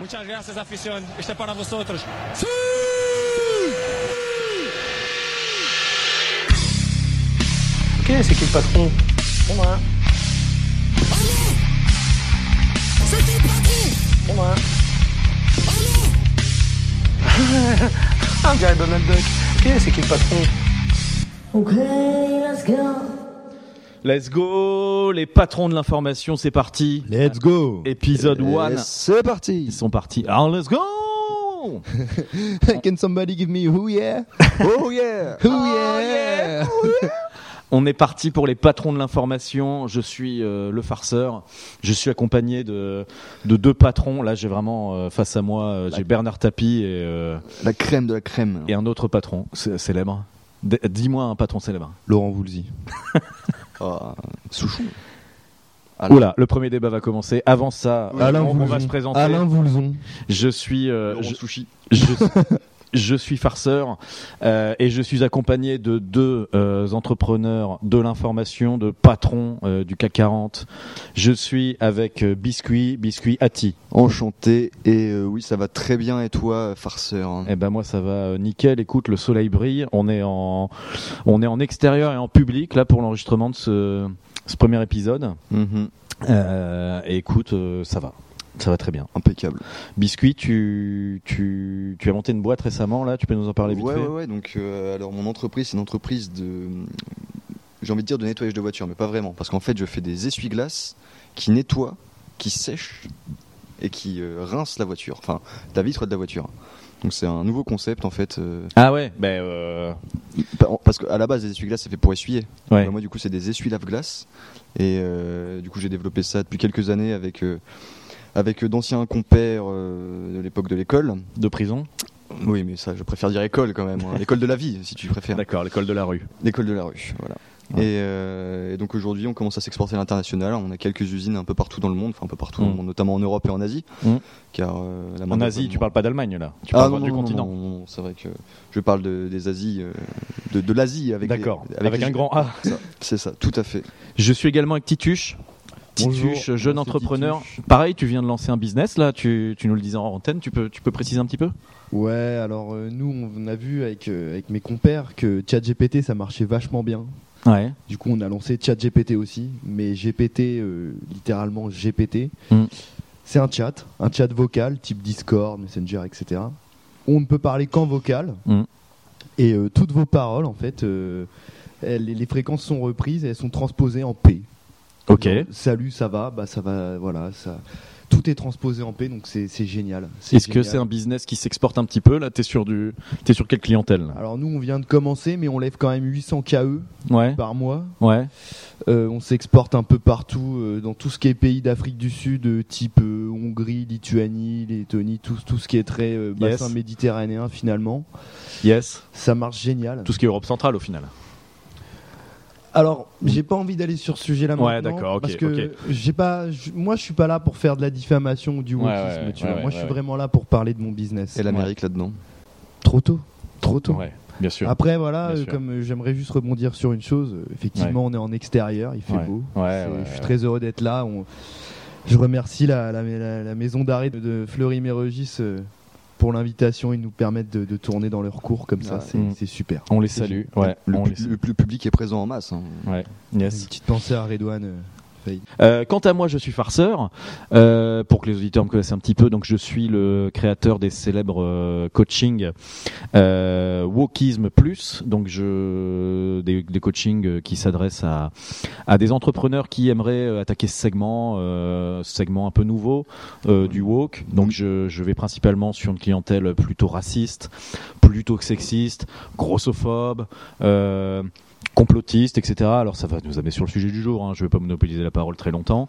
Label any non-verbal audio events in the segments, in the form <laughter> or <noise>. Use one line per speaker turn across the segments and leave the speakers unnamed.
Muchas gracias, afición. Este es para vosotros.
Ok, c'est qui le patron C'est moi. C'est moi. Ah, on dirait Donald Duck. Ok, c'est qui le patron
Okay, let's go.
Let's go, les patrons de l'information, c'est parti.
Let's go
Épisode 1,
Et C'est
ils
<laughs> parti
sont partis. Alors, let's go
Can somebody give me who yeah <laughs> Oh yeah Who yeah,
On est parti pour les patrons de l'information. Je suis euh, le farceur. Je suis accompagné de, de deux patrons. Là, j'ai vraiment euh, face à moi, euh, j'ai Bernard Tapie et, euh,
La crème de la crème.
et un autre patron c- célèbre. D- Dis-moi un patron célèbre.
Laurent <laughs> Voulzy. Ah, Souchon. Alain.
Oula, le premier débat va commencer. Avant ça,
Oui,
euh,
Alain
on, on va
Voulzon.
se présenter.
Alain Voulzon.
Je suis euh, je-
Sushi.
Je, je suis farceur euh, et je suis accompagné de deux euh, entrepreneurs de l'information, de patrons euh, du CAC 40. Je suis avec euh, Biscuit, Biscuit Atti.
Enchanté. Et euh, oui, ça va très bien. Et toi, euh, farceur hein
Eh ben moi ça va euh, nickel. Écoute, le soleil brille. On est en on est en extérieur et en public là pour l'enregistrement de ce, ce premier épisode.
Mhm.
Euh, et écoute, euh, ça va. Ça va très bien.
Impeccable.
Biscuit, tu, tu, tu as monté une boîte récemment, là, tu peux nous en parler vite
ouais,
fait
ouais, ouais. Donc, euh, alors, mon entreprise, c'est une entreprise de. J'ai envie de dire de nettoyage de voiture, mais pas vraiment. Parce qu'en fait, je fais des essuie-glaces qui nettoient, qui sèchent et qui euh, rincent la voiture. Enfin, la vitre de la voiture. Donc, c'est un nouveau concept, en fait. euh,
Ah ouais Ben euh,
pa- Parce qu'à la base, les essuie-glaces, c'est fait pour essuyer.
ouais.
Bah, moi, du coup, c'est des essuie-lave-glaces. Et euh, du coup, j'ai développé ça depuis quelques années avec. euh, avec euh, d'anciens compères euh, de l'époque de l'école.
de prison.
Oui, mais ça, je préfère dire école quand même. <laughs> hein. L'école de la vie, si tu préfères.
D'accord, l'école de la rue.
L'école de la rue, voilà.
Ouais.
Et, euh, et donc aujourd'hui, on commence à s'exporter à l'international. On a quelques usines un peu partout dans le monde, enfin un peu partout dans le
Mm.
monde, notamment en Europe et en Asie.
Mm.
Car euh, la
En
main-d'œuvre-
Asie, tu parles pas d'Allemagne là, tu
Ah
parles
non, non,
du
non,
continent.
non, non, non, c'est vrai que je parle de- des Asies, euh, de, de l'Asie avec. les-
D'accord, avec,
les-
un grand A.
Ça, C'est ça, tout à fait.
Je suis également avec Tituche.
Bonjour,
Tituche, jeune
moi, c'est
entrepreneur.
Tituche.
Pareil, tu viens de lancer un business là, tu, tu nous le disais en antenne, tu peux, tu peux préciser un petit peu
Ouais, alors euh, nous, on a vu avec, euh, avec mes compères que ChatGPT, ça marchait vachement bien.
Ouais.
Du coup, on a lancé ChatGPT aussi, mais GPT, euh, littéralement GPT,
Mm.
c'est un chat, un chat vocal, type Discord, Messenger, etc. On ne peut parler qu'en vocal,
Mm.
et euh, toutes vos paroles, en fait, euh, elles- les fréquences sont reprises, et elles sont transposées en P.
Ok.
Genre, Salut, ça va, bah ça va, voilà, ça. Tout est transposé en P, donc c'est c'est génial.
Est-ce que
génial.
c'est un business qui s'exporte un petit peu là T'es sur du, t'es sur quelle clientèle là
Alors nous, on vient de commencer, mais on lève quand même 800 KE
Ouais,
E par mois.
ouais.
Euh, on s'exporte un peu partout, euh, dans tout ce qui est pays d'Afrique du Sud, euh, type euh, Hongrie, Lituanie, Lettonie, tout, tout ce qui est très euh,
Yes.
bassin méditerranéen finalement.
Yes.
Ça marche génial.
Tout ce qui est Europe centrale au final.
Alors, j'ai pas envie d'aller sur ce sujet là
Mm. Ouais,
maintenant,
d'accord, ok,
parce que
ok.
j'ai pas, je- moi je suis pas là pour faire de la diffamation ou du
Ouais,
wokisme,
ouais,
tu
ouais,
vois.
ouais,
moi je suis
ouais.
vraiment là pour parler de mon business.
Et l'Amérique là-dedans.
Trop tôt, trop tôt.
Ouais, bien sûr.
Ah,
Après, voilà,
Bien
euh,
sûr.
comme euh, j'aimerais juste rebondir sur une chose, euh, effectivement, on est en extérieur, il fait
Ouais.
beau.
Ouais,
C'est-
ouais,
je suis
ouais.
très heureux d'être là. on- Je remercie la, la- la- la maison d'arrêt de- de Fleury-Mérogis euh, pour l'invitation. Ils nous permettent de, de tourner dans leur cours comme ça,
Ouais.
c'est
Mm.
c'est super.
On les salue. Ouais,
Le,
on
pu-
les salue.
le plus public est présent en masse. hein.
Une petite pensée à Redouane. euh, Faye.
Euh, quant à moi, je suis farceur. Euh, pour que les auditeurs me connaissent un petit peu, donc je suis le créateur des célèbres euh, coachings euh, Wokisme Plus. Donc je des, des coachings euh, qui s'adressent à, à des entrepreneurs qui aimeraient euh, attaquer ce segment, euh, ce segment un peu nouveau euh, du woke. Donc je, je vais principalement sur une clientèle plutôt raciste, plutôt sexiste, grossophobe. Euh, complotiste, etc. Alors ça va nous amener sur le sujet du jour, hein. je ne vais pas monopoliser la parole très longtemps.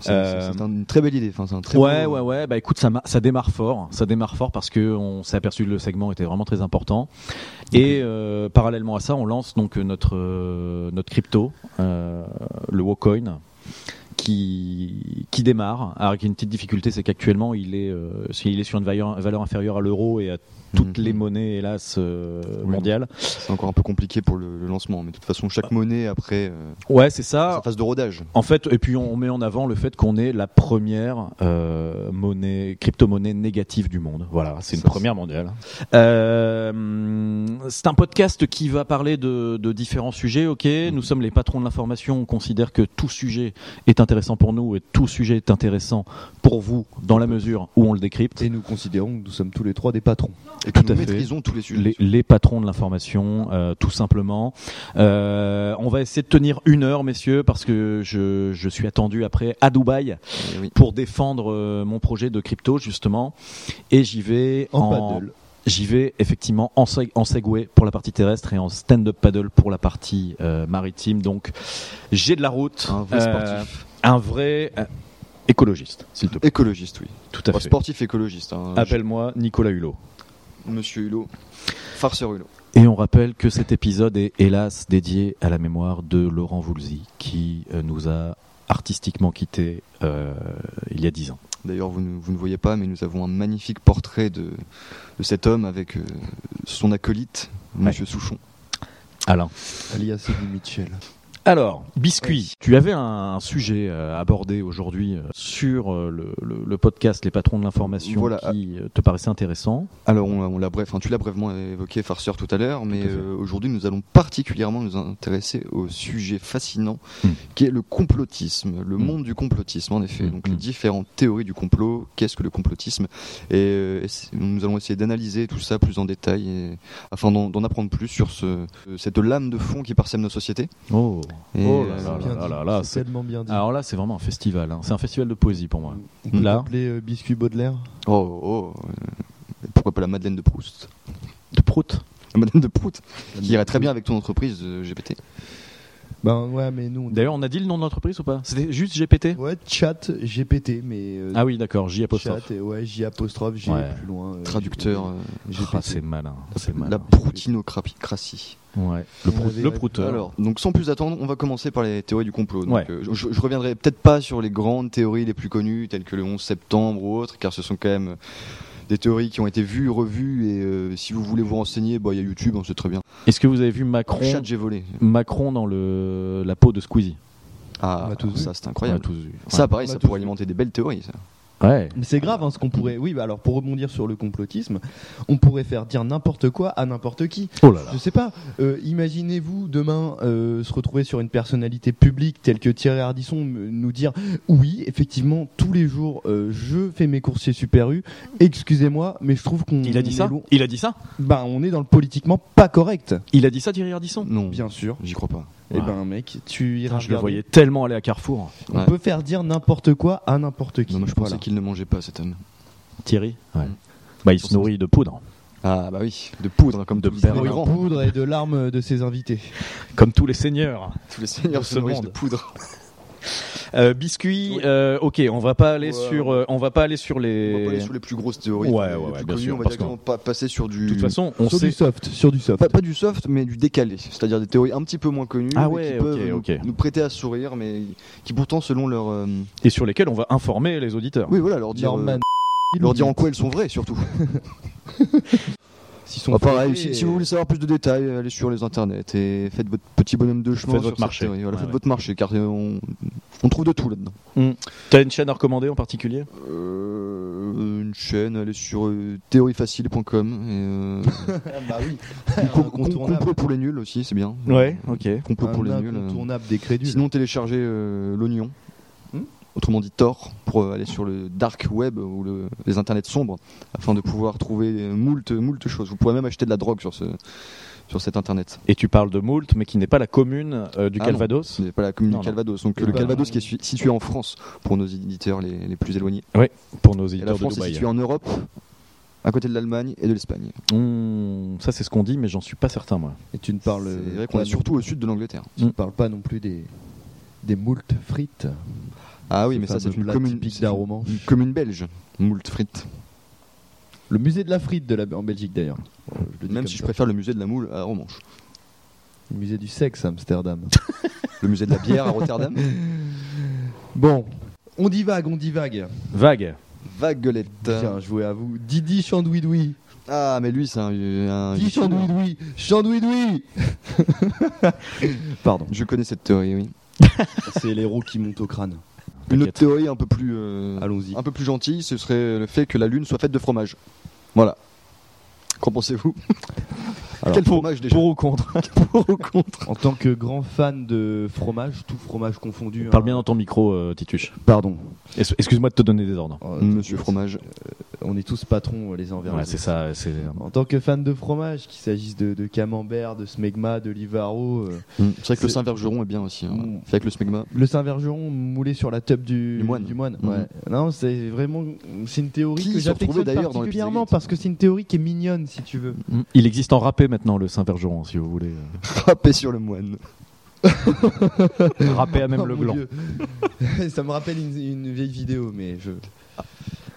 C'est
Euh,
c'est un- une très belle idée. Enfin, c'est un très
ouais,
beau-
ouais, ouais, bah écoute, ça, ma- ça démarre fort, ça démarre fort parce qu'on s'est aperçu que le segment était vraiment très important. Et euh, parallèlement à ça, on lance donc notre, euh, notre crypto, euh, le euh, WoCoin. qui, qui démarre, avec une petite difficulté, c'est qu'actuellement il est, euh, il est sur une valeur, valeur inférieure à l'euro et à toutes
Mhm.
les monnaies, hélas, euh,
Oui.
mondiales.
C'est encore un peu compliqué pour le, le lancement, mais de toute façon,
Ah.
chaque monnaie après euh,
Ouais, c'est
sa
ça.
phase de rodage.
En fait, et puis on on met en avant le fait qu'on est la première euh, monnaie, crypto-monnaie négative du monde. Voilà, c'est une
Ça,
première mondiale. Euh, c'est un podcast qui va parler de, de différents sujets. Ok, nous sommes les patrons de l'information. On considère que tout sujet est intéressant pour nous et tout sujet est intéressant pour vous dans la mesure où on le décrypte.
Et nous considérons que nous sommes tous les trois des patrons.
Et que
Tout à
nous
fait.
maîtrisons tous les sujets.
Les, les patrons de l'information, euh, tout simplement. Euh, on va essayer de tenir une heure, messieurs, parce que je, je suis attendu après à Dubaï
Eh oui.
pour défendre euh, mon projet de crypto justement et j'y vais
En,
en,
paddle.
j'y vais effectivement en, seg- en segway pour la partie terrestre et en stand-up paddle pour la partie euh, maritime donc j'ai de la route
Un vrai
Euh,
sportif.
un vrai euh, écologiste s'il te plaît
Écologiste, oui.
tout à
Enfin,
fait
sportif écologiste. hein.
appelle-moi Nicolas Hulot
Monsieur Hulot. Farceur Hulot.
et on rappelle que cet épisode est hélas dédié à la mémoire de Laurent Voulzy qui euh, nous a artistiquement quitté il y a dix ans
D'ailleurs, vous, ne- vous ne voyez pas, mais nous avons un magnifique portrait de, de cet homme avec euh, son acolyte, Monsieur Souchon.
Alain
alias Eddie Mitchell.
Alors, biscuit, tu avais un, un sujet euh, abordé aujourd'hui euh, sur euh, le, le- le podcast Les Patrons de l'Information
Voilà.
qui euh, te paraissait intéressant.
Alors, on, l'a- on l'a bref, enfin, tu l'as brièvement évoqué, farceur, tout à l'heure, mais
à fait.
euh, aujourd'hui, nous allons particulièrement nous intéresser au sujet fascinant
Mm.
qui est le complotisme, le
Mm.
monde du complotisme, en effet.
Mm,
Donc,
mm.
les différentes théories du complot, qu'est-ce que le complotisme Et euh, essa- nous allons essayer d'analyser tout ça plus en détail et- afin d'en d'en apprendre plus sur ce, euh, cette lame de fond qui parsème nos sociétés.
Oh,
Et,
Oh là
euh,
là là.
Bien dit,
là,
c'est
c'est-
tellement bien dit.
alors là, c'est vraiment un festival. hein. C'est un festival de poésie pour moi.
On peut
là.
l'appeler euh, Biscuit Baudelaire.
Oh, oh, euh, pourquoi pas la Madeleine de Proust
De Prout.
La Madeleine de Proust, qui irait très bien avec ton entreprise euh, GPT.
Ben ouais, mais nous. on-
D'ailleurs, on a dit le nom de l'entreprise ou pas C'était juste GPT
Ouais, chat GPT, mais. euh,
Ah oui, d'accord, J apostrophe.
Chat, et ouais, J apostrophe, J
Ouais.
plus loin. euh,
Traducteur, euh,
GPT.
Ah, c'est malin, c'est malin.
la
hein.
proutinocratie.
Ouais, Le,
On
prou-
avait-
le prouteur.
Alors, donc sans plus attendre, on va commencer par les théories du complot. Donc,
Ouais.
euh, je, je reviendrai peut-être pas sur les grandes théories les plus connues, telles que le 11 septembre ou autres, car ce sont quand même euh, des théories qui ont été vues, revues, et euh, si vous voulez vous renseigner, bah, il y a YouTube, on sait très bien.
Est-ce que vous avez vu Macron
Chat, j'ai volé.
Macron dans le, la peau de Squeezie
Ah,
On a tous
ça c'est
On a
incroyable.
tous vu.
Ça, pareil,
On a
ça
tous
pourrait
vu.
alimenter des belles théories. Ça.
Ouais.
Mais c'est grave hein, ce qu'on pourrait. Oui, bah alors pour rebondir sur le complotisme, on pourrait faire dire n'importe quoi à n'importe qui.
Oh là là.
Je sais pas, euh, imaginez-vous demain euh, se retrouver sur une personnalité publique telle que Thierry Ardisson m- nous dire oui, effectivement, tous les jours euh, je fais mes courses chez Super U. Excusez-moi, mais je trouve qu'on
Il a dit
on
ça
est loin-
Il a dit ça
Bah on est dans le politiquement pas correct.
Il a dit ça, Thierry Ardisson
Non,
Bien sûr.
j'y crois pas.
Et
Ouais.
ben mec, tu iras
Putain, je le
regarder.
voyais tellement aller à Carrefour.
On
Ouais.
peut faire dire n'importe quoi à n'importe qui.
Non, moi, je pensais
Voilà.
qu'il ne mangeait pas cet homme.
Thierry
Ouais.
Bah, il se nourrit de poudre,
Ah bah oui, de poudre hein, comme
De
tous les
perles.
Oui,
grands.
poudre et de larmes de ses invités.
comme tous les seigneurs.
Tous les seigneurs
De
se
ce
nourrissent de
monde.
poudre.
Euh, biscuits, euh, ok, on va pas aller
Ouais.
sur, euh, on va pas aller sur
On va pas
les.
aller sur les plus grosses théories.
Ouais,
les
ouais, ouais,
plus
bien
connues,
sûr,
On va
parce
directement pas passer sur du.
De toute façon, on
sur
sait.
du soft, sur du soft.
Pas, pas du soft, mais du décalé. C'est-à-dire des théories un petit peu moins connues.
Ah
et
ouais,
qui
ok,
peuvent nous-
ok.
Nous, prêter à sourire, mais qui pourtant, selon leur. euh,
Et sur lesquels on va informer les auditeurs.
Oui, voilà, leur dire. euh,
Norman.
Leur dire en quoi elles sont vraies, surtout.
S'ils sont
Bah, pareil,
faux,
si,
et-
si vous voulez savoir plus de détails, allez sur les internets et faites votre petit bonhomme de chemin.
Faites
sur
votre
cette
marché.
théorie. Voilà,
Ouais,
faites
ouais.
votre marché, car euh, on, on trouve de tout là-dedans.
T'as une chaîne à recommander en particulier
Euh, une chaîne, allez sur euh, théoriefacile.com. et,
<laughs>
euh,
<laughs> Ah bah oui.
com- com- complot pour les nuls aussi, c'est bien.
ok.
Complot <laughs> pour les nuls. euh.
Incontournable des crédules.
Sinon, téléchargez euh, l'oignon.
Hmm
Autrement dit Tor, pour euh, aller sur le dark web ou le- les internets sombres, afin de pouvoir trouver euh, moult, moult choses. Vous pourrez même acheter de la drogue sur, ce, sur cet internet.
Et tu parles de Moult, mais qui n'est pas la commune euh, du
Ah non.
Calvados.
Ce n'est pas la commune
Non,
du
non.
Calvados. Donc
Eh
le
ben,
Calvados qui est su- situé en France, pour nos éditeurs les, les plus éloignés.
Pour nos
Et la
éditeurs de
France est
Dubaï.
située en Europe, à côté de l'Allemagne et de l'Espagne.
Mmh, ça, c'est ce qu'on dit, mais j'en suis pas certain, moi.
Et tu ne parles,
C'est
pas
vrai qu'on est
non-
surtout au sud de l'Angleterre.
tu ne parles pas non plus des, des moult frites.
Ah oui,
Ce
mais ça, c'est
fameux
une
plat
commune,
typique
c'est
d'un
une-
roman.
une commune belge. Moult frites.
Le musée de la frite de la, en Belgique d'ailleurs. Euh, je le dis
Même
comme
si je
ça.
préfère le musée de la moule à Romanche.
Le musée du sexe à Amsterdam.
Le musée de la bière à Rotterdam.
Bon, on divague, on divague.
Vague.
<laughs> Vaguelette.
Tiens, jouez à vous. Didi Chandouidoui.
Ah, mais lui, c'est un. un-
Didi Chandouidoui.
<laughs>
Chandouidoui. Pardon.
Je connais cette théorie, oui.
C'est les roues qui montent au crâne.
Une autre
T'inquiète.
théorie un peu plus. euh,
Allons-y.
un peu plus gentille, ce serait le fait que la Lune soit faite de fromage. Voilà. Qu'en pensez-vous
<laughs> Alors,
Quel fromage déjà
Pour ou contre
Pour ou contre
En tant que grand fan de fromage, tout fromage confondu.
Parle
hein.
bien dans ton micro, euh, Tituche.
Pardon.
Es- Excuse-moi de te donner des ordres.
Euh,
Monsieur Fromage.
On est tous patrons euh, les uns envers
Voilà,
les
c'est ça.
autres.
C'est
En tant que fan de fromage, qu'il s'agisse de, de camembert, de smegma, de livaro, euh,
Mm. C'est vrai que le
C'est-
Saint-Vergeron est bien aussi. hein.
Mm.
Fait avec le
<laughs>
smegma.
le Saint-Vergeron moulé sur la teub du,
Du moine. Mhm.
ouais. Non, c'est vraiment c'est une théorie
Qui
que
se retrouvait
j'affectionne
d'ailleurs dans le
particulièrement
Pizzagate.
parce que c'est une théorie qui est mignonne si tu veux.
Il existe en râpé maintenant le Saint-Vergeron, si vous voulez.
Frappé sur le moine.
râpé à même
Oh,
le
mon
gland.
Dieu. <laughs> Ça me rappelle une, une vieille vidéo, mais je.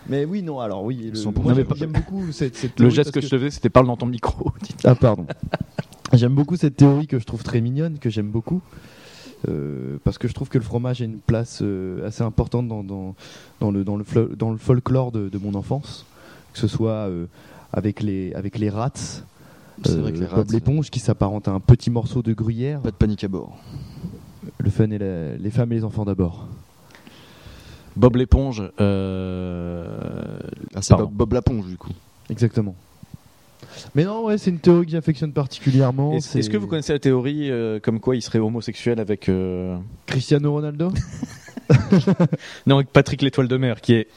Mais oui, non, alors oui, le-
Son-
moi,
Non, mais
j'aime-
pas-
j'aime beaucoup cette, cette
Le
théorie
geste que,
parce
je te faisais, c'était parle dans ton micro. <laughs> Tituche.
Ah, pardon. <laughs> j'aime beaucoup cette théorie que je trouve très mignonne, que j'aime beaucoup. euh, parce que je trouve que le fromage a une place euh, assez importante dans, dans, dans le, dans, le, flo- dans le folklore de, de mon enfance, que ce soit euh, avec, les, avec les rats,
C'est
euh,
vrai que les rats,
Bob l'éponge qui s'apparente à un petit morceau de gruyère,
Pas de panique à bord.
le fun et la- les femmes et les enfants d'abord.
Bob l'éponge. euh,
Ah, c'est
Pardon.
Bob, Bob Laponge,
<laughs>
du coup.
Exactement. Mais non, ouais, c'est une théorie que j'affectionne particulièrement.
Est-ce est-ce
c'est
que vous connaissez la théorie euh, comme quoi il serait homosexuel avec euh,
Cristiano Ronaldo <laughs>
non avec Patrick l'étoile de mer qui est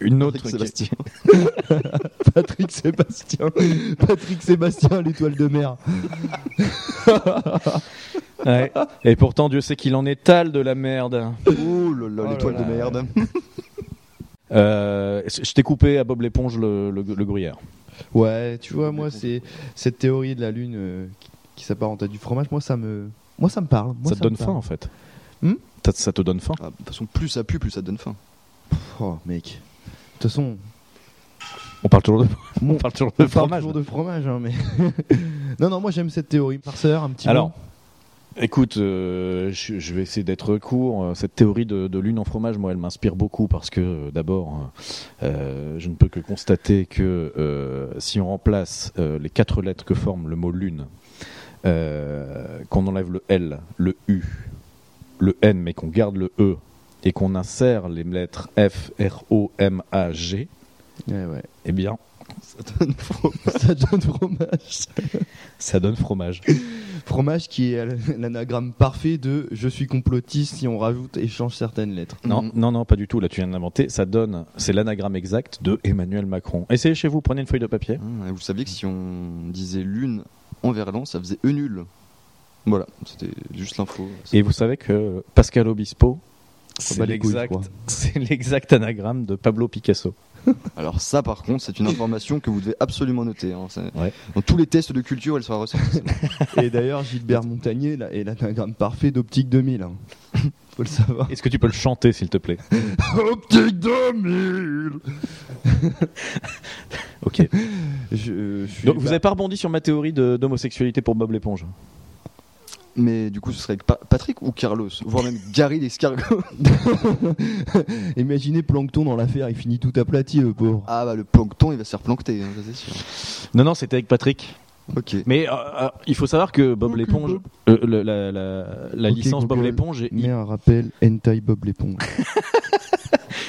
une autre qui-
Sébastien.
Patrick Sébastien. Patrick Sébastien, l'étoile de mer.
<laughs> Ouais. Et pourtant Dieu sait qu'il en étale de la merde.
Oh là
Oh
là,
là
l'étoile de
là.
merde.
Euh, je t'ai coupé à Bob l'éponge le, le, le gruyère.
Ouais, tu vois, moi, c'est cette théorie de la lune euh, qui, qui s'apparente à du fromage. Moi, ça me, moi, ça me parle. Moi,
ça te donne
me
faim
parle.
en fait.
Hmm
ça, ça te donne faim.
Ah, de toute façon, plus ça pue, plus ça donne faim.
Oh, mec. De toute façon,
On parle toujours de, <laughs>
Bon,
on parle toujours
on
de
parle
fromage.
toujours de fromage, hein, mais. <laughs> non, non, moi, j'aime cette théorie. Farceur, un petit
Alors,
mot.
écoute, euh, je, je vais essayer d'être court. Euh, Cette théorie de, de lune en fromage, moi, elle m'inspire beaucoup parce que, euh, d'abord, euh, je ne peux que constater que euh, si on remplace euh, les quatre lettres que forme le mot lune, euh, qu'on enlève le L, le U, le N, mais qu'on garde le E et qu'on insère les lettres F, R, O, M, A, G,
Ouais,
<laughs>
ouais.
eh bien,
Ça donne faim.
ça donne fromage.
ça donne fromage.
Fromage qui est <laughs> l'anagramme parfait de je suis complotiste si on rajoute et change
<laughs>
certaines lettres.
Non,
Mhm.
non, non, pas du tout. Là, tu viens de l'inventer. Ça donne, c'est l'anagramme exact de Emmanuel Macron. Essayez chez vous, prenez une feuille de papier.
Ah, et vous saviez que si on disait lune en verlan, ça faisait E nul. Voilà, c'était juste l'info.
Et vous savez que Pascal Obispo, c'est
bat les couilles, je
l'exact,
crois.
<laughs> c'est l'exact anagramme de Pablo Picasso.
Alors ça, par contre, c'est une information que vous devez absolument noter. hein. Ça-
Ouais.
Dans tous les tests de culture, elle sera ressortie. celle-là.
Et d'ailleurs, Gilbert Montagnier là, est l'anagramme parfait d'Optique 2000. hein. <laughs> Faut
<laughs>
le savoir.
Est-ce que tu peux le chanter, s'il te plaît
Optique 2000
<laughs> Ok.
je, euh, je suis
Donc, vous
pas-
n'avez pas rebondi sur ma théorie de- d'homosexualité pour Bob l'éponge
Mais du coup, ce serait avec Pa- Patrick ou Carlos, voire même Gary l'escargot.
<laughs> Imaginez Plancton dans l'affaire, il finit tout aplati, le pauvre.
Ah bah le plancton, il va se faire plancter, hein, ça c'est sûr.
Non, non, c'était avec Patrick.
Ok.
Mais euh, euh, il faut savoir que Bob l'éponge, euh, le- la, la- la
Ok,
licence Bob
Google.
l'éponge, est
Mais un rappel, hentai Bob l'éponge.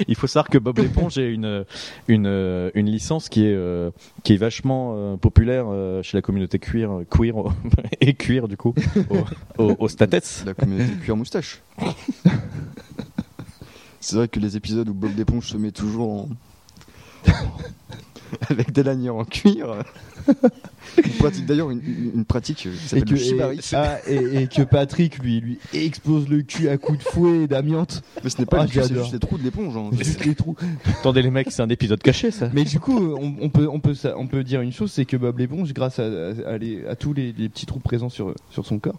Il faut savoir que Bob l'éponge est une, une, euh, une licence qui est, euh, qui est vachement euh, populaire euh, chez la communauté queer, euh, queer au- <laughs> et queer du coup, au, au, au States.
La communauté cuir moustache. c'est vrai que les épisodes où Bob l'éponge se met toujours en... avec des lanières en cuir. On pratique d'ailleurs une, une- une pratique euh, qui
Et
s'appelle
que,
le
et,
shibari.
ah, et- et que Patrick lui, lui explose le cul à coups de fouet
<laughs>
et d'amiante.
Mais ce n'est pas
Ah,
le cul, c'est
j'adore.
juste les trous de l'éponge. hein.
Juste les trous.
Attendez les mecs, c'est un épisode caché ça.
Mais du coup, on, on peut, on, peut, sa- on peut dire une chose, c'est que Bob l'éponge, grâce à, à- à les- à tous les, les petits trous présents sur, sur son corps,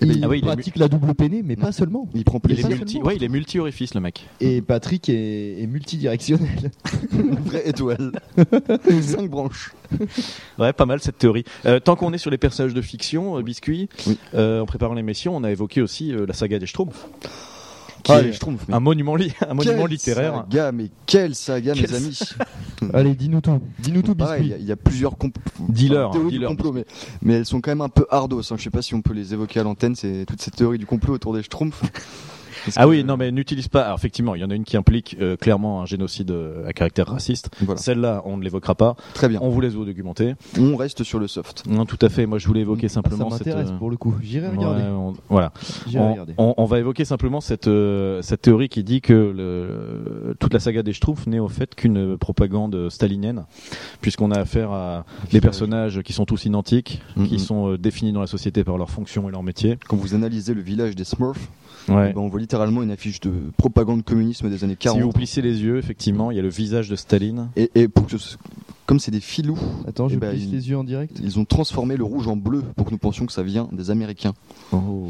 Eh ben,
il
ah oui, il est
pratique la double peinée, mais
Mm.
pas seulement.
Il prend
Il est
plaisir.
multi, ouais, il est multi orifice le mec.
Et
Mm.
Patrick est, est multidirectionnel.
Une vraie étoile. Cinq branches.
Ouais, pas mal cette théorie. Euh, tant qu'on est sur les personnages de fiction, euh, biscuit,
Oui.
euh, en préparant l'émission, on a évoqué aussi euh, la saga des Schtroumpfs. qui
Ah,
est
les Schtroumpfs, mais
un monument, li- <laughs> un
quelle
monument littéraire.
Saga, mais quelle saga,
Quelle
mes amis
Allez, dis-nous tout. Dis-nous tout,
Mm. Pareil,
Biscuit.
il y a- il y, a plusieurs comp-
Dealer,
théories
dealer,
du complot, mais, mais elles sont quand même un peu hardos. Hein. Je sais pas si on peut les évoquer à l'antenne, c'est toute cette théorie du complot autour des
<laughs>
Schtroumpfs. Parce
Ah
que-
oui, non, mais n'utilise pas. Alors, effectivement, il y en a une qui implique euh, clairement un génocide euh, à caractère raciste.
Voilà.
Celle-là, on ne l'évoquera pas.
Très bien.
On vous laisse vous documenter.
On reste sur le soft.
Non, tout à fait. Moi, je voulais évoquer
Ah,
Ah, ça
simplement cette.
m'intéresse
euh,
pour le coup. J'irai regarder.
ouais, on- voilà.
J'irai
On,
regarder.
on- on va évoquer simplement cette, euh, cette théorie qui dit que le- toute la saga des Schtroumpfs n'est au fait qu'une propagande stalinienne, puisqu'on a affaire à des personnages qui sont tous identiques,
Mhm.
qui sont euh, définis dans la société par leur fonction et leur métier.
Quand vous analysez le village des Smurfs,
Ouais.
ben, on voit littéralement une affiche de propagande communisme des années
si vous
40.
plissez les yeux, effectivement, il y a le visage de Staline.
et, et pour que ce- comme c'est des filous,
Attends, je
eh ben,
plisse
il-
les yeux en direct.
ils ont transformé le rouge en bleu pour que nous pensions que ça vient des Américains.
Oh,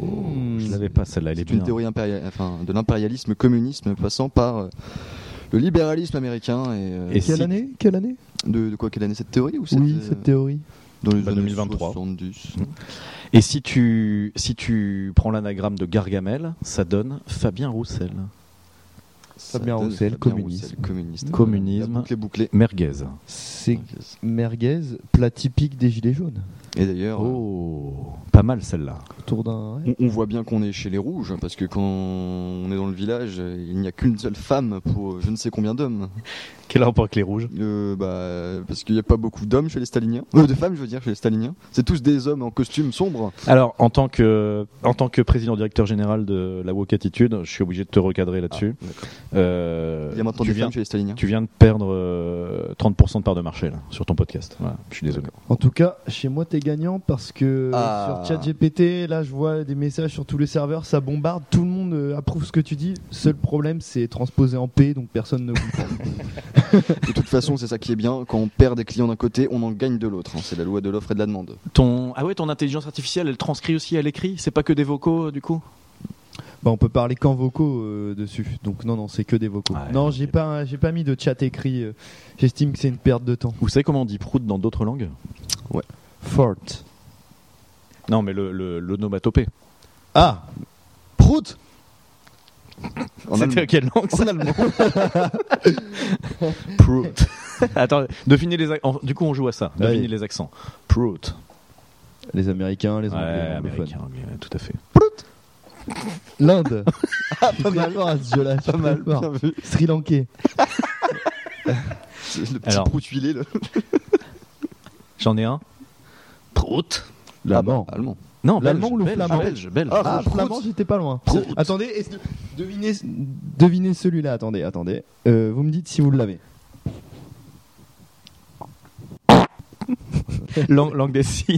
Oh,
Je ne l'avais pas celle-là, elle est
C'est une
bien.
théorie impériale, enfin, de l'impérialisme communisme passant par euh, le libéralisme américain. Et, euh,
Et
Quelle
si-
année Quelle année
de, de quoi Quelle année cette théorie ou
Oui,
c'était, euh,
cette théorie.
Dans les
Bah,
années
2023.
70.
Et si tu, si tu prends l'anagramme de Gargamel, ça donne Fabien Roussel.
Ça
Fabien
donne
Roussel,
Fabien
communiste.
Roussel, communiste.
Communisme.
La boucle est bouclée.
Merguez.
C'est merguez, plat typique des gilets jaunes.
Et d'ailleurs,
Oh, pas mal celle-là.
Autour d'un.
Mm.
on, on voit bien qu'on est chez les rouges, parce que quand on est dans le village, euh, il n'y a qu'une seule femme pour je ne sais combien d'hommes.
Quel rapport avec les rouges
Euh, bah, parce qu'il n'y a pas beaucoup d'hommes chez les staliniens. Euh, de femmes, je veux dire, chez les staliniens. C'est tous des hommes en costume sombre.
Alors, en tant que, en tant que président directeur général de la Woke Attitude, je suis obligé de te
Ah,
recadrer là-dessus. Euh,
Il y a maintenant
tu,
des
viens,
femmes chez les staliniens.
tu viens de perdre euh, 30% de part de marché là, sur ton podcast. Voilà, je suis désolé.
En tout cas, chez moi, t'es gagnant parce que
Ah.
sur ChatGPT, là, je vois des messages sur tous les serveurs, ça bombarde. Tout le monde euh, approuve ce que tu dis. Seul problème, c'est transposé en P, donc personne ne
<laughs>
comprend.
De toute façon, c'est ça qui est bien. Quand on perd des clients d'un côté, on en gagne de l'autre. hein. C'est la loi de l'offre et de la demande.
Ton, ah ouais, ton intelligence artificielle, elle transcrit aussi à l'écrit C'est pas que des vocaux euh, du coup
bah, on peut parler qu'en vocaux euh, dessus. Donc, non, non, c'est que des vocaux.
Ouais,
non,
ok.
j'ai pas, j'ai pas mis de chat écrit. euh, J'estime que c'est une perte de temps.
Vous savez comment on dit prout dans d'autres langues
Fort.
Non, mais le, le, l'onomatopée.
Ah
Prout En
C'était quelle
allemand.
langue ça
<laughs> En allemand.
Prout. <laughs> Attends, devinez les ac- en- Du coup, on joue à ça.
Ouais.
Devinez les accents. Prout.
Les Américains, les
Ouais,
Anglais, les anglophones.
américain, anglais, ouais, tout à fait.
<laughs> L'Inde. Ah, pas mal. Fort à ce jeu-là. je suis très fort.
Bien vu.
Sri Lankais.
C'est Le petit
Alors.
prout huilé, là.
J'en ai un. Prout.
L'Allemand.
Ah bah, allemand.
Non, belge,
L'allemand ou le
belge,
flamand
belge, belge.
Ah,
Ah,
Prout.
flamand, j'étais pas loin.
Prout.
Attendez, est-ce- devinez, devinez celui-là. Attendez, attendez. Euh, vous me dites si vous <laughs> l'avez.
Lang- langue des signes.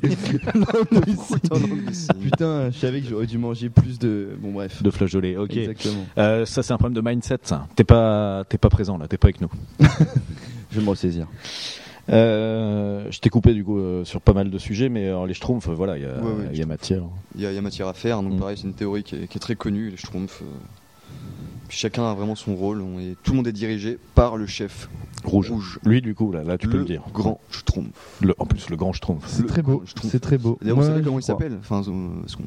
Putain, je savais que j'aurais dû manger plus de. Bon, bref.
De flageolet, ok.
Exactement.
Euh, ça, c'est un problème de mindset, ça. T'es pas, t'es pas présent là, t'es pas avec nous.
Je vais me ressaisir.
Euh, je t'ai coupé du coup euh, sur pas mal de sujets, mais alors, les schtroumpfs, euh, voilà, il y a,
Ouais, ouais,
il y a hein. matière.
Il y, a- il y a matière à faire, donc
Mm.
pareil, c'est une théorie qui est, qui est très connue, les Schtroumpfs. euh. Puis chacun a vraiment son rôle, on est- tout le monde est dirigé par le chef
Rouge.
rouge.
Lui, du coup, là, là tu peux le dire.
grand Schtroumpf.
Le- en plus, le grand schtroumpf.
C'est
Le
très beau.
grand Schtroumpf.
C'est très beau.
D'ailleurs, vous
Moi,
savez
je
comment il
crois.
s'appelle enfin, euh, parce qu'on-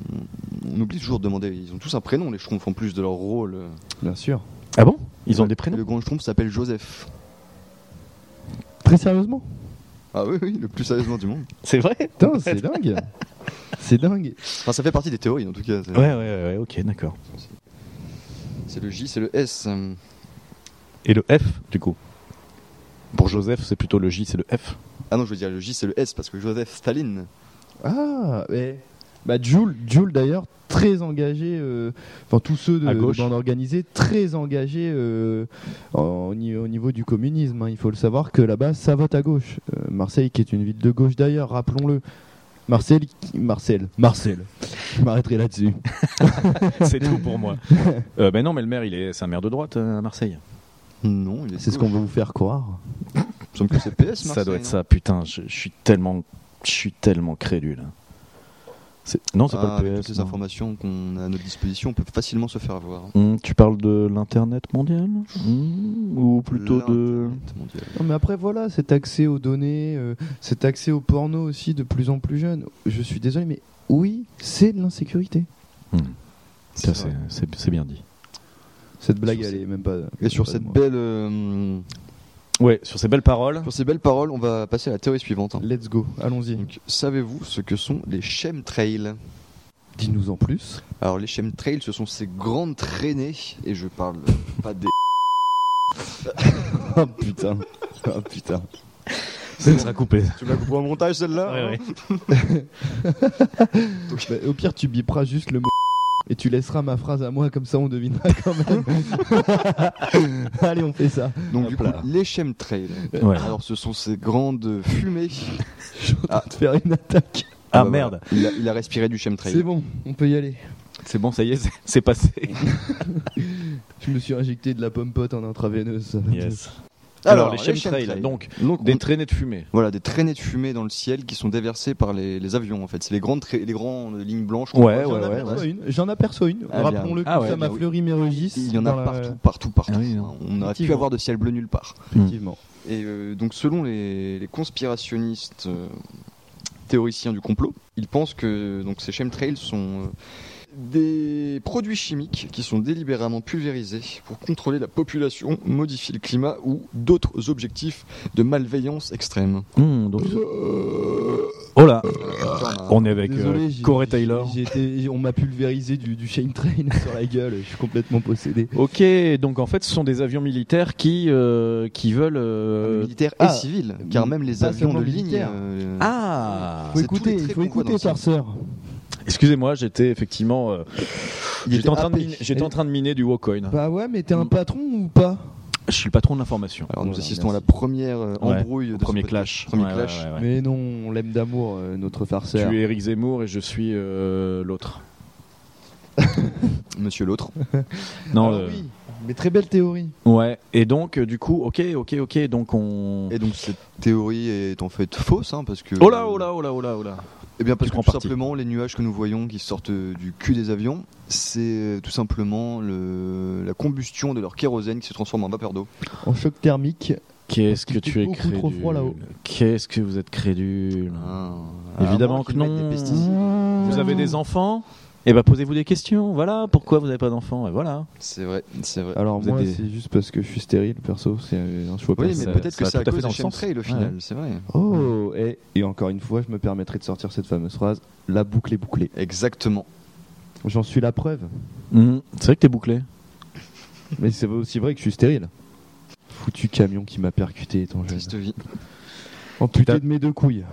on, oublie toujours de demander, ils ont tous un prénom, les Schtroumpfs, en plus de leur rôle.
Bien sûr.
Ah bon Ils ont des prénoms
Le grand Schtroumpf s'appelle Joseph.
Très sérieusement
Ah oui, oui, le plus sérieusement du monde.
C'est vrai
Putain, c'est dingue. C'est dingue.
Enfin, ça fait partie des théories, en tout cas. C'est
Ouais, ouais, ouais, ouais, ok, d'accord.
c'est le J, c'est le S. euh,
Et le F, du coup Pour Joseph, c'est plutôt le J, c'est le <laughs> F.
Ah non, je veux dire, le J, c'est le S, parce que Joseph Staline.
Ah, mais. Bah, Jules, Jules d'ailleurs, très engagé, euh, enfin tous ceux de,
À
de
gauche.
bande organisée, très engagés euh, en- au ni- au niveau du communisme. hein. Il faut le savoir que là-bas, ça vote à gauche. Euh, Marseille, qui est une ville de gauche d'ailleurs, rappelons-le. Marseille, qui- Marcel, Marcel. Je
<laughs>
m'arrêterai là-dessus.
C'est tout pour moi. Euh, ben non, mais le maire, il est, c'est un maire de droite euh, à Marseille.
Non, il est
C'est ce qu'on veut vous faire croire.
Il me semble que c'est PS,
ça
Marseille,
doit être
non
ça. Putain, je, je suis tellement, je suis tellement crédule. hein. C'est- Non, c'est
Ah,
pas
avec
le
toutes
PS.
les
non.
informations qu'on a à notre disposition, on peut facilement se faire avoir.
Hum, tu parles de l'internet mondial Hum, ou plutôt de
L'Internet mondial.
Non, mais après, voilà, cet accès aux données, euh, cet accès au porno aussi de plus en plus jeune. Je suis désolé, mais oui, c'est de l'insécurité.
Hum, ça,
C'est
c'est
vrai.
c'est- c'est bien dit.
Cette blague,
Sur
elle
ce-
est même pas.
Et sur
pas de
cette
moi.
belle, euh,
Ouais, sur ces belles paroles.
sur ces belles paroles, on va passer à la théorie suivante. hein.
Let's go, allons-y.
Donc, savez-vous ce que sont les chemtrails
Dis-nous en plus.
Alors, les chemtrails, ce sont ces grandes traînées, et je parle pas des.
<laughs> Oh putain. Oh putain.
<laughs> Ça sera coupé.
Tu l'as coupé au montage celle-là hein
Bah, au pire, tu biperas juste le mot <laughs> et tu laisseras ma phrase à moi, comme ça on devinera quand même. Allez, on fait ça.
Donc,
Hop
du coup,
là.
les chemtrails.
Ouais.
Alors, ce sont ces grandes fumées.
Je vais
Ah.
te faire une attaque.
Ah
bah,
merde,
voilà. Il a, il a respiré du
C'est
chemtrail.
bon, on peut y aller.
bah. c'est bon, ça y est, c'est- c'est passé.
Je me suis injecté de la pomme pote en intraveineuse. ça va être-
<laughs> Yes.
Alors,
Alors, les
les
chemtrails,
chemtrails.
donc
Donc, on-
des traînées de fumée.
Voilà, des traînées de fumée dans le ciel qui sont déversées par les, les avions en fait. C'est les grandes, tra- les grandes lignes blanches. qu'on
Ouais,
voit.
J'en
ouais,
aperçois une. J'en aperçois une.
Ah, bien.
Rappelons-le,
Ah
que
ouais,
ça m'a
bien, oui.
fleuri mes registres.
hein. Il y en a
dans la-
partout, partout, partout.
Ah oui, non.
on aurait pu
Effectivement.
avoir de ciel bleu nulle part.
Effectivement.
Et euh, donc, selon les, les conspirationnistes euh, théoriciens du complot, ils pensent que donc, ces chemtrails sont euh, des produits chimiques qui sont délibérément pulvérisés pour contrôler la population, modifier le climat ou d'autres objectifs de malveillance extrême.
Hum, donc-
Euh,
Oh là,
Attends,
on est avec
Désolé,
euh,
j'ai-
Corey
j'ai-
Taylor.
j'ai été- on m'a pulvérisé du, du Shane Train <laughs> sur la gueule. Je suis complètement possédé.
Ok, donc en fait, ce sont des avions militaires qui, euh, qui veulent. euh,
militaires
ah,
et civils, car même les
pas
avions
seulement
de ligne.
militaires.
euh,
Ah
Faut
C'est tous
écouter,
les traits
faut
qu'on voit
écouter,
dans le
farceur.
Excusez-moi, j'étais effectivement. euh,
il
j'étais
était Ah.
en, train de
happé.
miner- j'étais en train de miner du Wocoin.
Bah ouais, mais t'es un
Mm.
patron ou pas
Je suis le patron de l'information.
Alors nous
Voilà,
assistons à la
merci.
première euh,
Ouais,
embrouille,
Au
de
premier
ce podcast.
clash.
Premier
Ouais, ouais,
clash.
ouais, ouais.
Mais non, on l'aime d'amour, euh, notre farceur.
Tu es Eric Zemmour et je suis euh, l'autre. <laughs>
Monsieur l'autre. Ah
Non,
Alors
euh,
Ah oui, mais très belle théorie.
ouais. Et donc, euh, du coup, ok, ok, ok. Donc on.
Et euh, donc cette théorie est en fait fausse, hein, parce que.
Oh là, oh là, oh là, oh là, oh là.
Eh bien
Tu
parce que
prends
tout
parti.
simplement les nuages que nous voyons qui sortent euh, du cul des avions, c'est euh, tout simplement le- la combustion de leur kérosène qui se transforme en vapeur d'eau.
En choc thermique,
Qu'est-ce
Parce
que
que
tu
t'es
es
beaucoup trop
crédule
froid là-haut.
Qu'est-ce que vous êtes crédule
Ah,
Évidemment
à moins
que
qu'ils mettent
non.
Des pesticides.
Vous avez des enfants Eh ben, posez-vous des questions. Voilà, pourquoi vous n'avez pas d'enfants Et voilà.
C'est vrai, c'est vrai.
Alors
Vous
moi,
êtes des-
c'est juste parce que je suis stérile, perso, c'est euh, un choix
oui, mais
personnel.
ça-
peut-être que
ça a
c'est à
tout à fait
cause
dans
des
le sens.
chemtrails au final, c'est vrai.
Oh, et, et encore une fois, je me permettrai de sortir cette fameuse phrase, la boucle est bouclée.
Exactement.
J'en suis
<laughs>
la preuve,
Mhm. C'est vrai que t'es bouclé.
mais c'est aussi vrai que je suis stérile. Foutu camion qui m'a percuté étant jeune.
Triste vie.
Amputé de mes deux <laughs> couilles.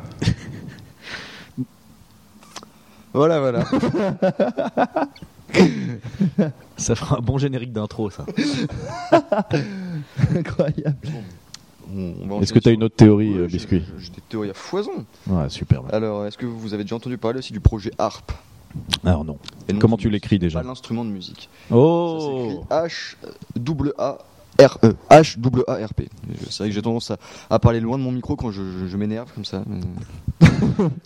Voilà, voilà.
Ça fera un bon générique d'intro, ça.
Incroyable.
On- on va
Est-ce que
enchaîner
t'as
sur-
une autre théorie,
Ouais,
euh,
j'ai-
Biscuit
j'ai- J'ai des théories à foison.
Ouais, super.
Alors, est-ce que vous avez déjà entendu parler aussi du projet HARP
Alors non.
Et non,
Comment
c'est-
tu l'écris déjà
Pas l'instrument de musique.
Oh
Ça s'écrit H-A-R-E. H-A-R-P. C'est vrai que j'ai tendance à, à parler loin de mon micro quand je, je- je m'énerve comme ça. mais-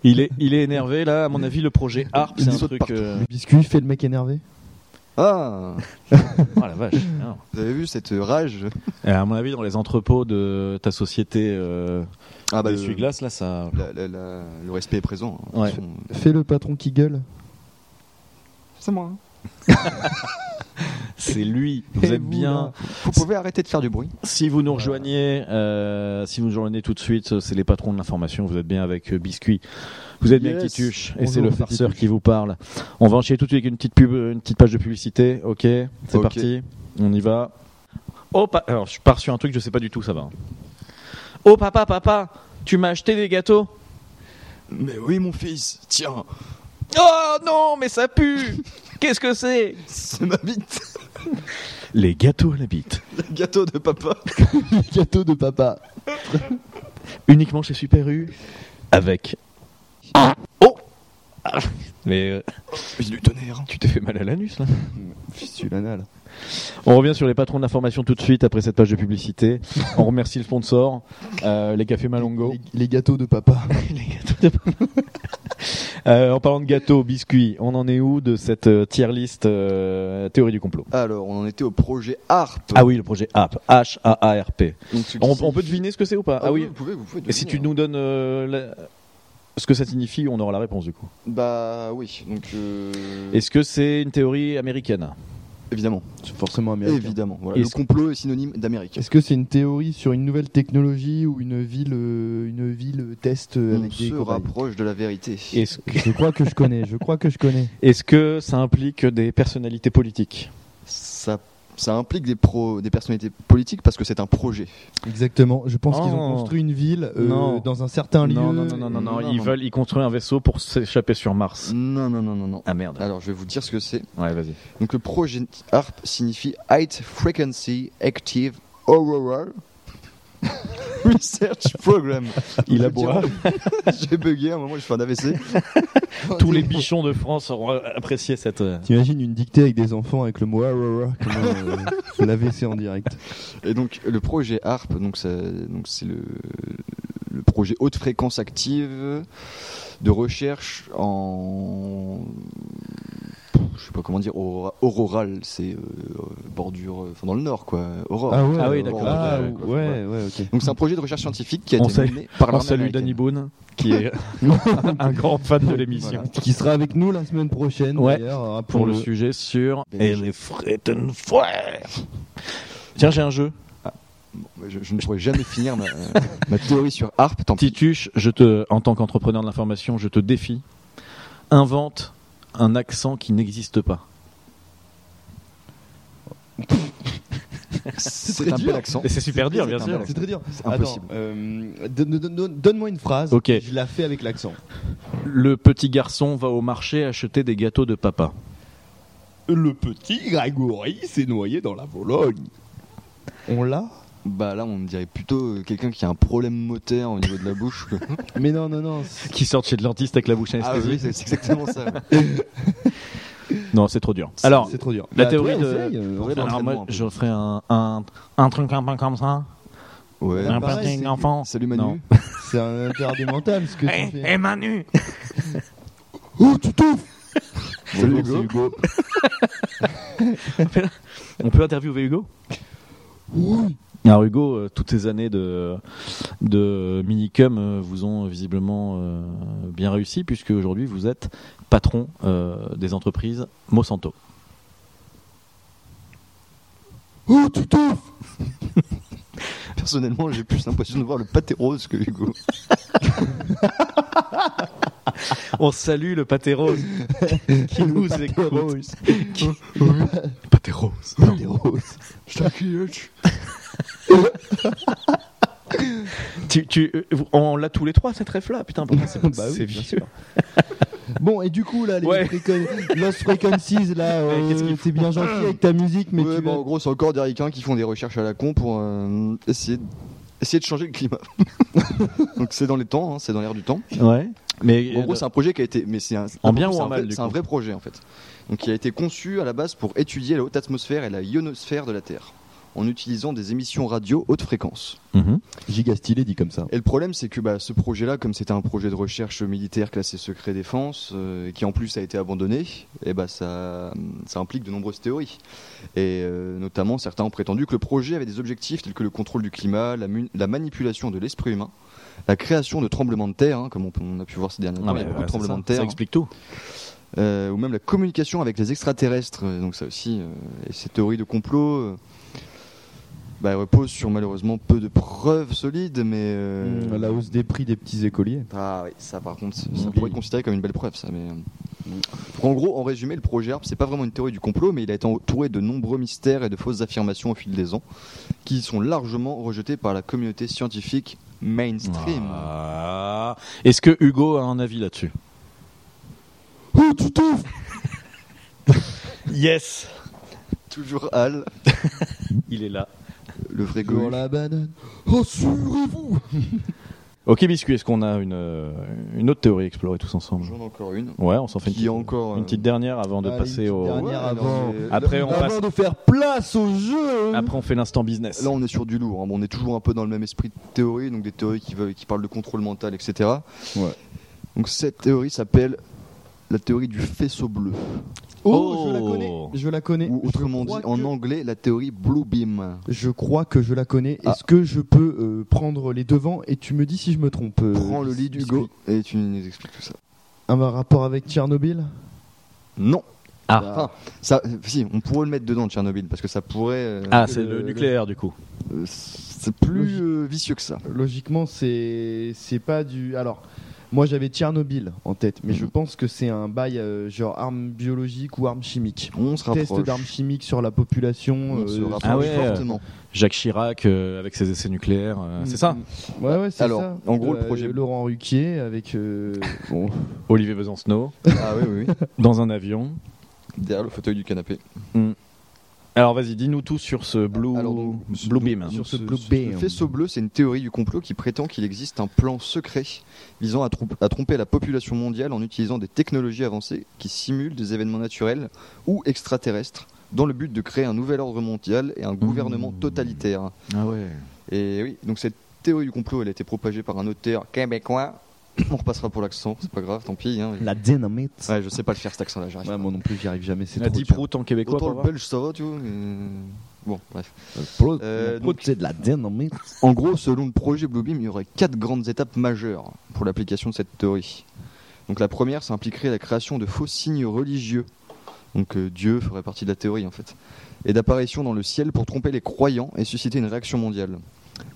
il est, il est énervé là, à mon avis, le projet ARP,
Il
c'est un
saute
truc.
partout.
euh,
Le biscuit fait le mec énervé.
Ah
Oh la vache. Alors.
Vous avez vu cette rage
Euh, à mon avis, dans les entrepôts de ta société euh,
Ah bah, le,
d'essuie-glace, là, ça.
la- la- la- le respect est présent. hein.
Ouais.
De toute façon, euh,
Fais le patron qui gueule.
C'est moi. hein.
C'est
<laughs>
lui. Vous
Et
êtes
vous,
bien.
là
Vous pouvez arrêter de faire du bruit.
Si vous nous rejoignez, euh, si vous nous rejoignez tout de suite, euh, c'est les patrons de l'information. Vous êtes bien avec euh, Biscuit. Vous êtes bien
Yes.
avec Tituche. Et
Bonjour,
c'est le
c'est
farceur
Tituche.
qui vous parle. On va enchaîner tout de suite avec une petite pub, euh, une petite page de publicité. Ok, c'est
Ok.
parti. On y va. Oh, pa- alors je pars sur un truc, je sais pas du tout, ça va. hein. Oh papa, papa, tu m'as acheté des gâteaux.
Mais oui, mon fils. Tiens,
Oh non, mais ça pue. Qu'est-ce que c'est
c'est ma bite.
Les gâteaux à la bite.
Le gâteau de papa.
Le gâteau de papa.
uniquement chez Super U avec. Oh Ah. Mais euh,
Fils du tonnerre.
tu t'es fait mal à l'anus là.
Fistule anal.
On revient sur les patrons de l'information tout de suite après cette page de publicité. On remercie le sponsor, euh, les cafés Malongo.
Les, les gâteaux de papa.
Les gâteaux de papa. Euh, en parlant de gâteaux, biscuits, on en est où de cette euh, tier list euh, théorie du complot
Alors, on en était au projet HARP.
Ah oui, le projet ARP, H-A-A-R-P.
Donc, ce qui
On, on peut
signifie-
deviner ce que c'est ou pas
Ah,
Ah oui.
Vous pouvez, vous pouvez
Et si tu
deviner, hein.
nous donnes euh, la- ce que ça signifie, on aura la réponse du coup.
Bah hein. oui. Donc. euh,
Est-ce que <laughs> c'est une théorie américaine
Évidemment.
C'est forcément américain.
Évidemment. Voilà.
Et
Le
ce-
complot est synonyme d'Amérique.
Est-ce que c'est une théorie sur une nouvelle technologie ou une ville, euh, une ville test euh,
On
avec des
se
cobayes
rapproche de la vérité.
Est-ce
Je crois que je connais, je crois que je connais.
est-ce que ça implique des personnalités politiques
Ça, ça implique des, pro, des personnalités politiques parce que c'est un projet.
Exactement, je pense qu'ils
Oh.
ont construit une ville euh,
Non.
dans un certain lieu.
non, non, non, non, non, non,
Non,
ils
non.
veulent, ils construisent un vaisseau pour s'échapper sur Mars.
Non, non, non, non, non.
Ah merde.
Alors, je vais vous dire ce que c'est.
Ouais, vas-y.
Donc, le projet HARP signifie Height Frequency Active Auroral <laughs> Research Program.
Il
Je
aboie.
<laughs> J'ai bugué à un moment, j'ai fait un AVC.
Tous les bichons de France auront apprécié cette. euh,
T'imagines une dictée avec des enfants avec le mot Arara, comme euh,
<laughs>
sur l'AVC en direct.
Et donc le projet HARP, donc ça- donc c'est le, le projet haute fréquence active de recherche en je sais pas comment dire aurora- auroral, c'est euh, bordure, euh, enfin dans le nord quoi, aurore.
ouais,
Ah oui,
euh,
d'accord.
Ah,
Ouais,
ouais,
d'accord.
ouais, ouais, ok.
Donc c'est un projet de recherche scientifique qui a
On
été
salue-
mené par
on
l'armée
salue Danny
américaine.
Boone, qui <laughs> est un grand fan de l'émission.
Qui sera avec nous la semaine prochaine,
Ouais.
d'ailleurs, hein,
Pour, le sujet sur.
Et
les frétens frères. Tiens, j'ai un jeu.
Ouais, Je, je ne pourrais jamais finir ma, euh, ma théorie sur HARP, tant pis.
Tituche, je te, en tant qu'entrepreneur de l'information, je te défie. Invente un accent qui n'existe pas.
C'est un
dur.
bel accent.
Et c'est super dur,
C'est
bien
un
sûr.
bel
C'est très dur.
impossible.
Attends, euh, donne- donne- donne- Donne-moi une phrase.
Ok.
Je la fais avec l'accent.
Le petit garçon va au marché acheter des gâteaux de papa.
Le petit Grégory s'est noyé dans la Vologne. On l'a
Bah là, on dirait plutôt euh, quelqu'un qui a un problème moteur au niveau de la bouche. que-
Mais non, non, non. c'est-
Qui sortent chez le dentiste avec la bouche
Ah
anesthésiée.
oui, <laughs> c'est c'est exactement ça.
non, c'est trop dur. Alors,
c'est trop dur.
la
Bah,
théorie
toi,
de-
essaye, euh,
Faudrait
alors
l'entraînement
moi,
un peu.
je ferai un, un, un truc un peu comme ça.
Ouais.
un
pareil,
petit
c'est-
enfant.
Salut Manu.
Ah, Non.
C'est un interdit mental ce que tu fais.
Manu <laughs>
Oh, tu touffes
Salut
Bonjour,
Hugo.
On peut interviewer Hugo
Oui.
Alors Hugo, euh, toutes ces années de, de Minicum euh, vous ont visiblement euh, bien réussi puisque aujourd'hui vous êtes patron euh, des entreprises Monsanto.
Oh, tu
<laughs>
touffes
<laughs> Personnellement, j'ai plus l'impression de voir le pâté rose que Hugo.
On salue le pâté rose <laughs> qui nous écoute.
Pâté rose.
Des roses.
Je t'inquiète.
Tu, tu- euh, vous- on l'a tous les trois cette rêve là putain. pourquoi c'est <laughs>
Bah oui,
c'est
bien
vieux.
Bon, et du coup, là, les
Ouais.
fréquences- Lost Frequencies,
<laughs>
là, euh,
Eh, qu'est-ce qu'il
c'est bien gentil avec ta musique, mais
Ouais,
tu
bah,
l'as-
en gros, c'est encore des ricains qui font des recherches à la con pour euh, essayer, de, essayer de changer le
<laughs>
climat. Donc c'est dans les temps, hein, c'est dans l'air du temps.
<laughs> Ouais. Mais euh,
En gros, c'est un projet qui a été, mais c'est un,
En bien
c'est
ou en
un
mal,
vrai-
du
C'est un
coup
vrai projet en fait. Donc qui a été conçu à la base pour étudier la haute atmosphère et la ionosphère de la Terre en utilisant des émissions radio haute fréquence.
Mhm.
Giga stylé dit comme ça.
Et le problème, c'est que bah, ce projet-là, comme c'était un projet de recherche militaire classé secret défense, euh, qui en plus a été abandonné, et bah, ça, ça implique de nombreuses théories. Et euh, notamment, certains ont prétendu que le projet avait des objectifs tels que le contrôle du climat, la, mu- la manipulation de l'esprit humain, la création de tremblements de terre, hein, comme on, peut- on a pu voir ces derniers
Non,
temps, il
mais,
y a beaucoup
ouais,
de tremblements
ça,
de terre,
ça explique tout.
euh, ou même la communication avec les extraterrestres. Euh, Donc ça aussi, euh, et ces théories de complot. euh, bah, reposent sur malheureusement peu de preuves solides, mais euh,
Hmm.
La hausse des prix des petits écoliers.
ah oui, ça par contre, ça
Oui.
pourrait être considéré comme une belle preuve, ça. Mais... Donc, en gros, en résumé, le projet ARP, c'est pas vraiment une théorie du complot, mais il a été entouré de nombreux mystères et de fausses affirmations au fil des ans, qui sont largement rejetées par la communauté scientifique mainstream.
Ah. Est-ce que Hugo a un avis là-dessus
Oh, tu touffes
Yes.
Toujours Al,
Il est là.
le vrai
Sur
gauche.
la banane. Rassurez-vous
Ok Biscuit, est-ce qu'on a une, euh, une autre théorie à explorer tous ensemble
J'en ai encore une.
Ouais, on s'en fait une
Qui
petite,
est encore,
une
euh,
petite dernière avant de
Allez,
passer
une
au.
petite dernière
Ouais,
avant.
alors, mais-
Après, on
Avant
passe.
de faire place au jeu
Après, on fait l'instant business.
Là, on est sur du lourd. hein. Bon, on est toujours un peu dans le même esprit de théorie, donc des théories qui, veulent, qui parlent de contrôle mental, etc.
Ouais.
Donc cette théorie s'appelle la théorie du faisceau bleu,
Oh, je la
Oh.
connais Je la connais.
ou autrement
Je
dit
crois
en
que-
anglais la théorie blue beam.
Je crois que je la connais.
Ah.
Est-ce que je peux euh, prendre les devants et tu me dis si je me trompe euh,
Prends le lead,
Biscuit
Hugo, et tu nous expliques tout ça.
Un rapport avec Tchernobyl
Non,
Ah.
Bah,
Enfin, ça, si, on pourrait le mettre dedans, Tchernobyl, parce que ça pourrait. euh,
Ah, c'est
le-
le nucléaire du coup.
euh, c'est plus euh, vicieux que ça.
Logiquement, c'est c'est pas du. Alors, moi j'avais Tchernobyl en tête, mais
Mm.
je pense que c'est un bail euh, genre arme biologique ou arme chimique.
On se rapproche.
Test d'armes chimiques sur la population.
On se
euh,
rapproche
Ah ouais.
fortement.
Jacques Chirac euh, avec ses essais nucléaires, euh, c'est ça
Mm. Ouais, ouais, c'est
Alors,
ça. Euh,
en gros, le projet-
Laurent Ruquier avec. euh, bon,
Olivier Besancenot
Ah oui, oui, oui.
dans un avion.
<laughs> Derrière le fauteuil du canapé.
Alors vas-y, dis-nous tout sur ce Blue,
Alors, donc, ce-
Blue Beam.
sur ce Blue
bloc
Beam.
faisceau bleu, c'est une théorie du complot qui prétend qu'il existe un plan secret visant à, trou- à tromper la population mondiale en utilisant des technologies avancées qui simulent des événements naturels ou extraterrestres dans le but de créer un nouvel ordre mondial et un gouvernement totalitaire.
Mmh. Ah ouais.
Et oui, donc cette théorie du complot, elle a été propagée par un auteur québécois. On repassera pour l'accent, c'est pas grave, tant pis. hein.
la dynamite.
Ouais, je sais pas le faire cet accent-là, j'arrive
Ouais,
pas.
moi non plus, j'y arrive jamais. C'est
La
trop
Deep
dur.
Route en québécois.
Autant
pour
le
voir.
belge ça va, tu vois. mais- Bon, bref.
Pro-
Euh,
pro-
donc-
c'est de la dynamite.
En gros, selon le projet Bluebeam, il y aurait quatre grandes étapes majeures pour l'application de cette théorie. Donc la première, ça impliquerait la création de faux signes religieux. Donc euh, Dieu ferait partie de la théorie en fait. Et d'apparitions dans le ciel pour tromper les croyants et susciter une réaction mondiale.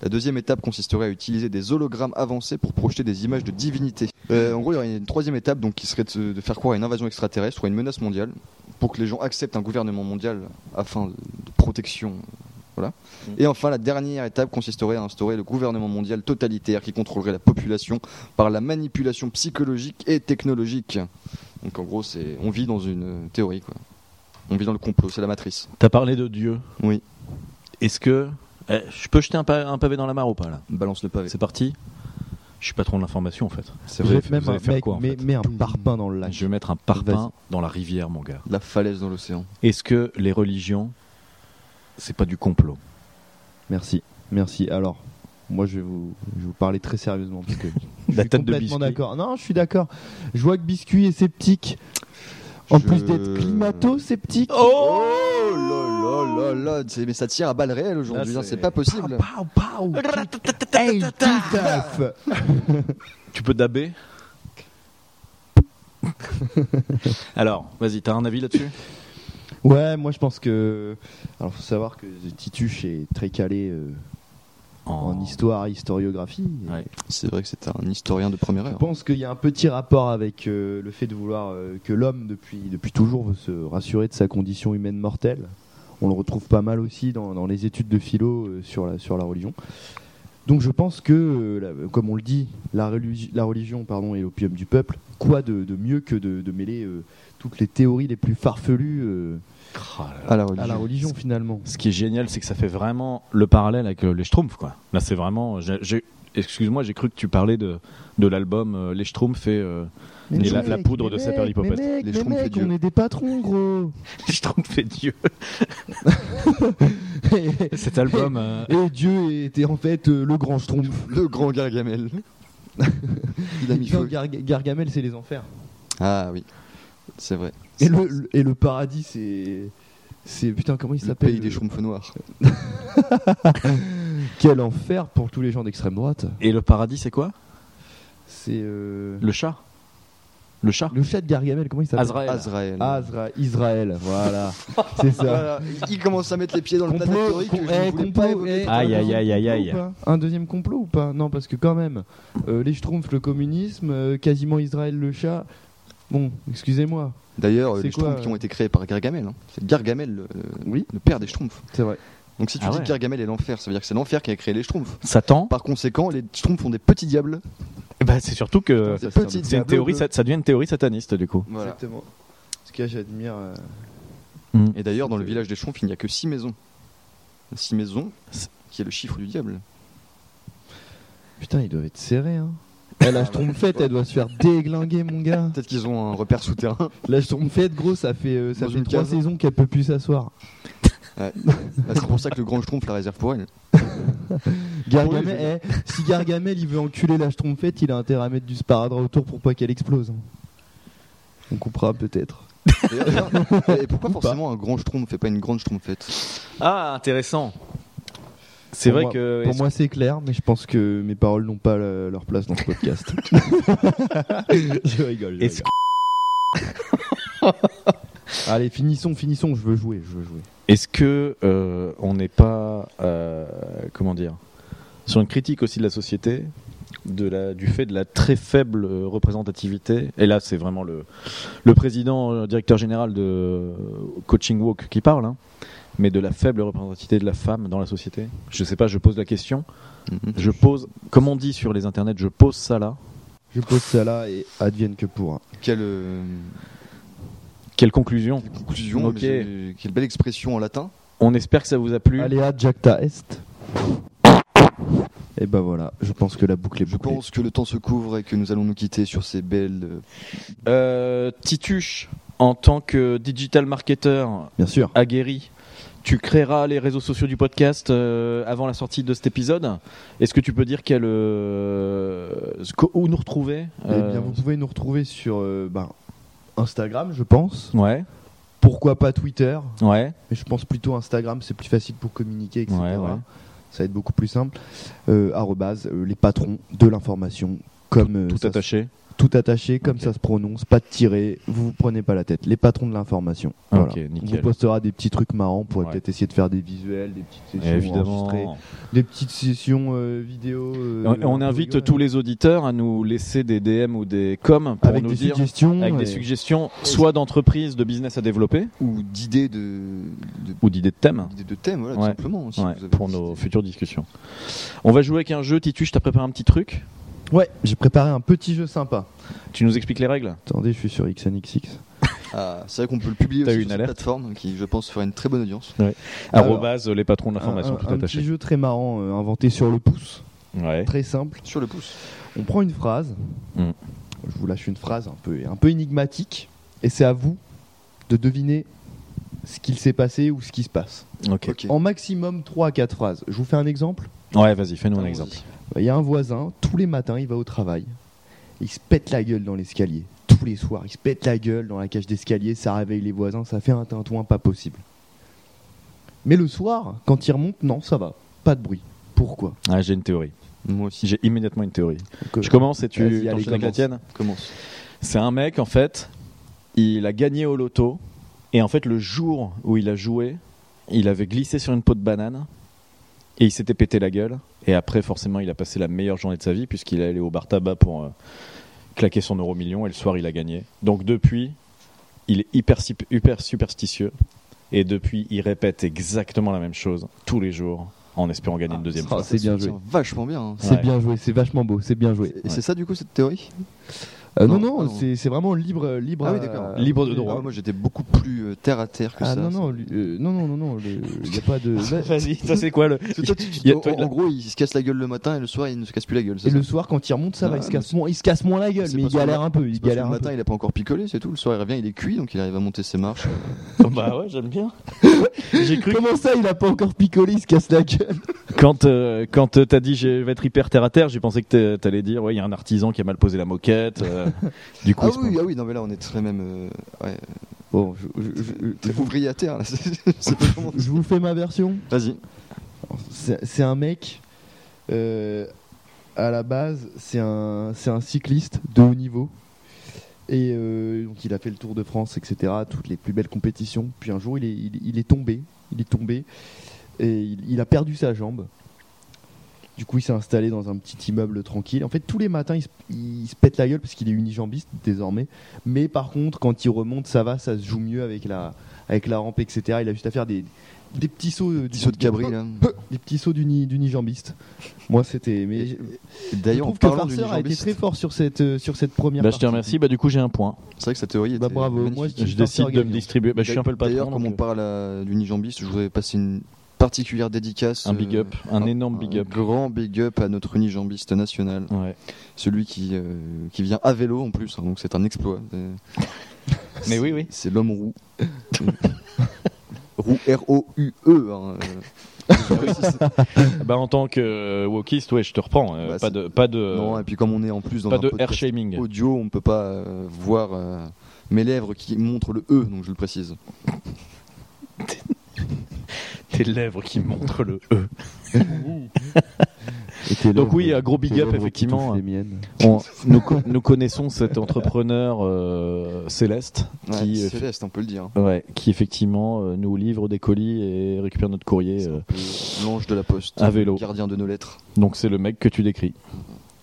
La deuxième étape consisterait à utiliser des hologrammes avancés pour projeter des images de divinités. Euh, en gros, il y aurait une troisième étape donc, qui serait de, se- de faire croire à une invasion extraterrestre ou à une menace mondiale pour que les gens acceptent un gouvernement mondial afin de- de protection et enfin, la dernière étape consisterait à instaurer le gouvernement mondial totalitaire qui contrôlerait la population par la manipulation psychologique et technologique. Donc en gros, c'est on vit dans une euh, théorie quoi. On vit dans le complot, c'est la matrice.
T'as parlé de Dieu.
Oui.
Est-ce que Eh, je peux jeter un, pa- un pavé dans la mare ou pas là
Balance le pavé.
C'est parti. Je suis pas trop de l'information en fait.
C'est
vrai.
vrai.
Vous
Même
allez
un
faire
mec,
quoi, en
mets,
fait
mets un parpaing dans le lac.
Je vais mettre un parpaing dans la rivière, mon gars.
La falaise dans l'océan.
Est-ce que les religions, c'est pas du complot
Merci, merci. Alors, moi je vais vous, je vais vous parler très sérieusement parce que je
La
suis
tête de
complètement
Biscuit.
d'accord. Non, je suis d'accord. Je vois que Biscuit est sceptique. En
Je-
plus d'être climato-sceptique.
Oh là là là là, c'est- mais ça tire à balles réelles aujourd'hui,
Là,
hein,
c'est-
c'est pas possible.
Pow, pow. Hey, tout taf.
Tu peux daber <laughs> Alors, vas-y, t'as un avis là-dessus
Ouais, moi je pense que. Alors, faut savoir que Tituche est très calé euh, en histoire, historiographie. Et
Oh. Ouais.
C'est vrai que c'est un historien de première
Je
heure.
pense qu'il y a un petit rapport avec euh, le fait de vouloir euh, que l'homme, depuis, depuis toujours, veut se rassurer de sa condition humaine mortelle. On le retrouve pas mal aussi dans, dans les études de philo euh, sur, la, sur la religion. Donc je pense que, euh, la- comme on le dit, la, religi- la religion pardon, est l'opium du peuple. Quoi de, de mieux que de, de mêler euh, toutes les théories les plus farfelues euh,
À la
à la
religion.
religion finalement
Ce qui est génial, c'est que ça fait vraiment le parallèle avec euh, les Schtroumpfs, quoi. Là, c'est vraiment. j'ai- j'ai- Excuse-moi, j'ai cru que tu parlais de, de l'album euh, Les Schtroumpfs et. euh,
Mais
Et la-
mec,
la poudre
mais
de
mec,
Saperly Poppet.
mais mec,
Les
mais
Schtroumpfs
mec,
et
on
Dieu.
est des patrons gros
<laughs> Les Schtroumpfs et Dieu. <laughs> Cet album. euh,
<laughs> Et Dieu était en fait euh, le grand schtroumpf.
Le grand Gargamel. Il a mis
Non,
feu.
Gar- Gargamel, c'est les enfers.
Ah oui, c'est vrai.
Et le, le- et le paradis, c'est. C'est. Putain, comment il
Le
s'appelle
pays des
le-
schtroumpfs noirs.
Quel enfer pour tous les gens d'extrême droite.
Et le paradis, c'est quoi
C'est. euh,
Le chat Le chat
Le chat de Gargamel, comment il s'appelle
Azrael.
Azrael.
Azra- Israël, voilà. c'est
<laughs>
ça.
Ah, Voilà, il commence à mettre les pieds dans le
Complot,
planète théorique.
com-
que je
eh,
ne voulais
complot,
pas évoquer.
eh,
Aïe, aïe, aïe, aïe, aïe.
Ou pas Un deuxième complot ou pas Non, parce que quand même, euh, les Schtroumpfs, le communisme, euh, quasiment Israël, le chat. Bon, excusez-moi.
D'ailleurs, euh,
C'est
les
quoi,
schtroumpfs qui
euh Ah
ont été créés par Gargamel. hein. C'est Gargamel, le, le-
Oui.
le père des schtroumpfs.
C'est vrai.
Donc si tu
Ah
dis
ouais.
que Gargamel est l'enfer, ça veut dire que c'est l'enfer qui a créé les schtroumpfs.
Satan
Par conséquent, les schtroumpfs ont des petits diables.
bah, C'est surtout que.
des
c'est un
petits
C'est une
diables.
théorie, ça, ça devient une théorie sataniste, du coup.
Voilà.
Exactement. Ce que j'admire. euh,
Et d'ailleurs, dans le village des schtroumpfs, il n'y a que six maisons. Six maisons,
C'est-
qui est le chiffre du diable.
Putain, ils doivent être serrés, hein. Eh, la Schtroumpfette, elle doit se faire déglinguer, mon gars.
Peut-être qu'ils ont un repère souterrain.
La Schtroumpfette, gros, ça fait, euh, ça
Dans
fait
une
trois
case.
saisons qu'elle peut plus s'asseoir.
Ouais. Ah, c'est pour ça que le grand schtroumpf la réserve pour elle.
Gargamel,
Oui,
eh, si Gargamel il veut enculer la Schtroumpfette, il a intérêt à mettre du sparadrap autour pour pas qu'elle explose. On coupera peut-être.
Et, alors, et pourquoi
Ou pas.
forcément un grand schtroumpf et pas une grande schtroumpfette
Ah, intéressant C'est
Pour
vrai
moi-
que.
Pour moi, c'est clair, mais je pense que mes paroles n'ont pas le- leur place dans ce podcast. je rigole. je
Est-ce
rigole. Allez, finissons, finissons, je veux jouer, je veux jouer.
Est-ce que euh, on n'est pas, euh, comment dire, sur une critique aussi de la société, de la, du fait de la très faible euh, représentativité Et là, c'est vraiment le, le président, euh, directeur général de euh, Coaching Walk qui parle, hein, mais de la faible représentativité de la femme dans la société. Je sais pas, je pose la question.
Mhm.
Je pose, comme on dit sur les internets, je pose ça là.
Je pose ça là et advienne que pourra.
Quelle euh,
Quelle conclusion
conclusion,
Ok.
mais je- quelle belle expression en latin.
On espère que ça vous a plu.
Aléa Jacta Est. Et ben voilà, je pense que la boucle est
Je
bouclée.
pense que le temps se couvre et que nous allons nous quitter sur ces belles euh,
Euh, Tituche, en tant que digital marketeur,
Bien sûr.
aguerri. Tu créeras les réseaux sociaux du podcast euh, avant la sortie de cet épisode. Est-ce que tu peux dire quel, euh, ce que- où nous retrouver
Eh bien,
euh,
vous pouvez nous retrouver sur euh, ben, Instagram, je pense.
Ouais,
Pourquoi pas Twitter
ouais,
Mais je pense plutôt Instagram, c'est plus facile pour communiquer, etc.
Ouais, ouais.
Ça va être beaucoup plus simple. Euh, arrobase, euh, les patrons de l'information, comme euh,
tout
ça se-
attaché.
tout attaché, comme
Ok.
ça se prononce, pas de tirer, vous vous prenez pas la tête. Les patrons de l'information.
Ok,
Voilà. On
nickel.
vous postera des petits trucs marrants, on pourrait
Ouais.
peut-être essayer de faire des visuels, des petites sessions enregistrées,
Évidemment.
des petites sessions euh, vidéo. euh,
On, on
un peu
invite
rigoles,
tous
hein.
les auditeurs à nous laisser des DM ou des coms pour
avec
nous
des
dire
suggestions.
avec des
et-
suggestions, soit d'entreprises, de business à développer
ou d'idées de, de,
ou d'idées de thèmes.
d'idées de thèmes, voilà,
Ouais.
tout simplement. si
Ouais,
vous avez
pour
des
nos
idées.
futures discussions. On va jouer avec un jeu. Titu, je t'ai préparé un petit truc.
Ouais, j'ai préparé un petit jeu sympa.
Tu nous expliques les règles
Attendez, je suis sur XNXX.
Ah, c'est vrai qu'on peut le publier
T'as
aussi
eu
sur
une
cette
alerte
plateforme qui, je pense, fera une très bonne audience.
Alors,
Arrobase, les patrons de l'information,
un,
tout
un
attaché.
petit jeu très marrant, euh, inventé sur le pouce,
Ouais.
très simple.
Sur le pouce.
On prend une phrase,
Mm.
je vous lâche une phrase un peu, un peu énigmatique, et c'est à vous de deviner ce qu'il s'est passé ou ce qui se passe.
Ok.
Ok.
En maximum 3 à 4 phrases. Je vous fais un exemple.
Ouais, vas-y, fais-nous un
Allons-y.
exemple.
Bah, Il y a un voisin, tous les matins, il va au travail. Il se pète la gueule dans l'escalier. Tous les soirs, il se pète la gueule dans la cage d'escalier, ça réveille les voisins, ça fait un tintouin pas possible. Mais le soir, quand il remonte, non, ça va. Pas de bruit. Pourquoi
Ah, j'ai une théorie.
Moi aussi.
J'ai immédiatement une théorie.
Donc, euh,
Je commence et
Vas-y,
tu
allez,
t'enchaînes avec la
commence.
tienne.
Commence.
C'est un mec, en fait, il a gagné au loto. Et en fait, le jour où il a joué, il avait glissé sur une peau de banane. Et il s'était pété la gueule. Et après, forcément, il a passé la meilleure journée de sa vie, puisqu'il est allé au bar tabac pour euh, claquer son euro million. Et le soir, il a gagné. Donc, depuis, il est hyper, sup- hyper superstitieux. Et depuis, il répète exactement la même chose tous les jours, en espérant gagner une deuxième
Ah, ça,
fois.
c'est
Ah, Ça
bien
se
joué.
tient Vachement bien. hein.
C'est
Ouais.
bien joué, c'est vachement beau, c'est bien joué.
Et c'est ça, du coup, cette théorie
Euh,
Non,
non, non,
pardon.
c'est c'est vraiment libre, libre, euh,
Ah oui,
à-
d'accord.
euh, Libre de
Ah ouais,
droit.
Moi, j'étais beaucoup plus euh, terre à terre que
Ah
ça.
non, non, lui- euh, non, non, non, non, le- <laughs> il n'y a pas de.
Bah, Vas-y, ça c'est quoi
<laughs>
le.
Parce que toi, tu- tu-
Il y a-
en,
toi, il y a-
en gros, il se casse la gueule le matin et le soir, il ne se casse plus la gueule. c'est
Et
ça
le soir, quand il remonte, ça
Non,
va, il se
non,
casse moins, il se casse moins la gueule,
C'est
mais il
parce que
galère un peu, il
Parce que
galère
le
un
matin,
peu.
il a pas encore picolé, c'est tout. Le soir, il revient, il est cuit, donc il arrive à monter ses marches.
<laughs> Bah ouais, j'aime bien. J'ai cru
Comment ça, il a pas encore picolé, il se casse la gueule
Quand, euh, quand euh, t'as dit je vais être hyper terre à terre, j'ai pensé que t'es- t'allais dire ouais, il y a un artisan qui a mal posé la moquette.
<laughs>
euh, du coup,
Ah
il se
oui, ah oui, non, mais là, on est très même. euh, ouais,
Bon, je, je- je-
très ouvrier à terre. là. <laughs> C'est- c'est pas vraiment-
je- je vous fais ma version.
Vas-y.
C'est c'est un mec, euh, à la base, c'est un, c'est un cycliste de haut niveau. Et euh, donc il a fait le Tour de France, etc., toutes les plus belles compétitions. Puis un jour, il est, il, il est tombé, il est tombé, et il, il a perdu sa jambe. Du coup, il s'est installé dans un petit immeuble tranquille. En fait, tous les matins, il se, il se pète la gueule parce qu'il est unijambiste désormais. Mais par contre, quand il remonte, ça va, ça se joue mieux avec la, avec la rampe, etc. Il a juste à faire des, des petits sauts, euh,
Petit saut de hein. cabri, là.
les petits sauts d'uni- d'unijambiste. Moi, c'était. Mais je-
Et
je
D'ailleurs, en
trouve que
parlant du
Farceur a été
jambiste,
très fort sur cette, euh, sur cette
ah,
première.
Bah, je te
partie.
remercie. Bah, du coup, j'ai un point.
c'est vrai que sa théorie était.
Bah, bravo,
magnifique.
moi, je dis-
Je décide de me
gagnant.
distribuer. Bah, je suis un peu le
D'ailleurs,
patron.
comme on
donc,
parle euh, du nijambiste, je voudrais passer une particulière dédicace.
euh, un big
euh,
up, un énorme big up.
Grand big up à notre unijambiste national.
Ouais.
Celui qui, euh, qui vient à vélo en plus, hein, donc c'est un exploit. Euh,
Mais oui, oui.
C'est
<laughs>
l'homme roux. roux, R-O-U-E. hein,
<laughs>
euh.
Bah, en tant que euh, wokiste, ouais, je te reprends. euh,
Bah,
pas
c'est-
de, pas de,
non, et puis comme on est en plus dans
pas
un
de air
podcast
shaming.
audio, on peut pas euh, voir euh, mes lèvres qui montrent le E, donc je le précise. <laughs>
Mmh.
<laughs>
Mmh.
Tes lèvres qui montrent le E.
était là,
Donc oui,
je-
un gros big
je
up,
vois vos
effectivement. hein.
pantoufles, les miennes.
On- nous, co- nous connaissons cet entrepreneur euh, céleste
Ouais,
qui, euh,
c'est fest, on peut le dire.
ouais, qui effectivement euh, nous livre des colis et récupère notre courrier. euh.
L'ange de la poste.
à vélo.
Gardien de nos lettres.
Donc c'est le mec que tu décris.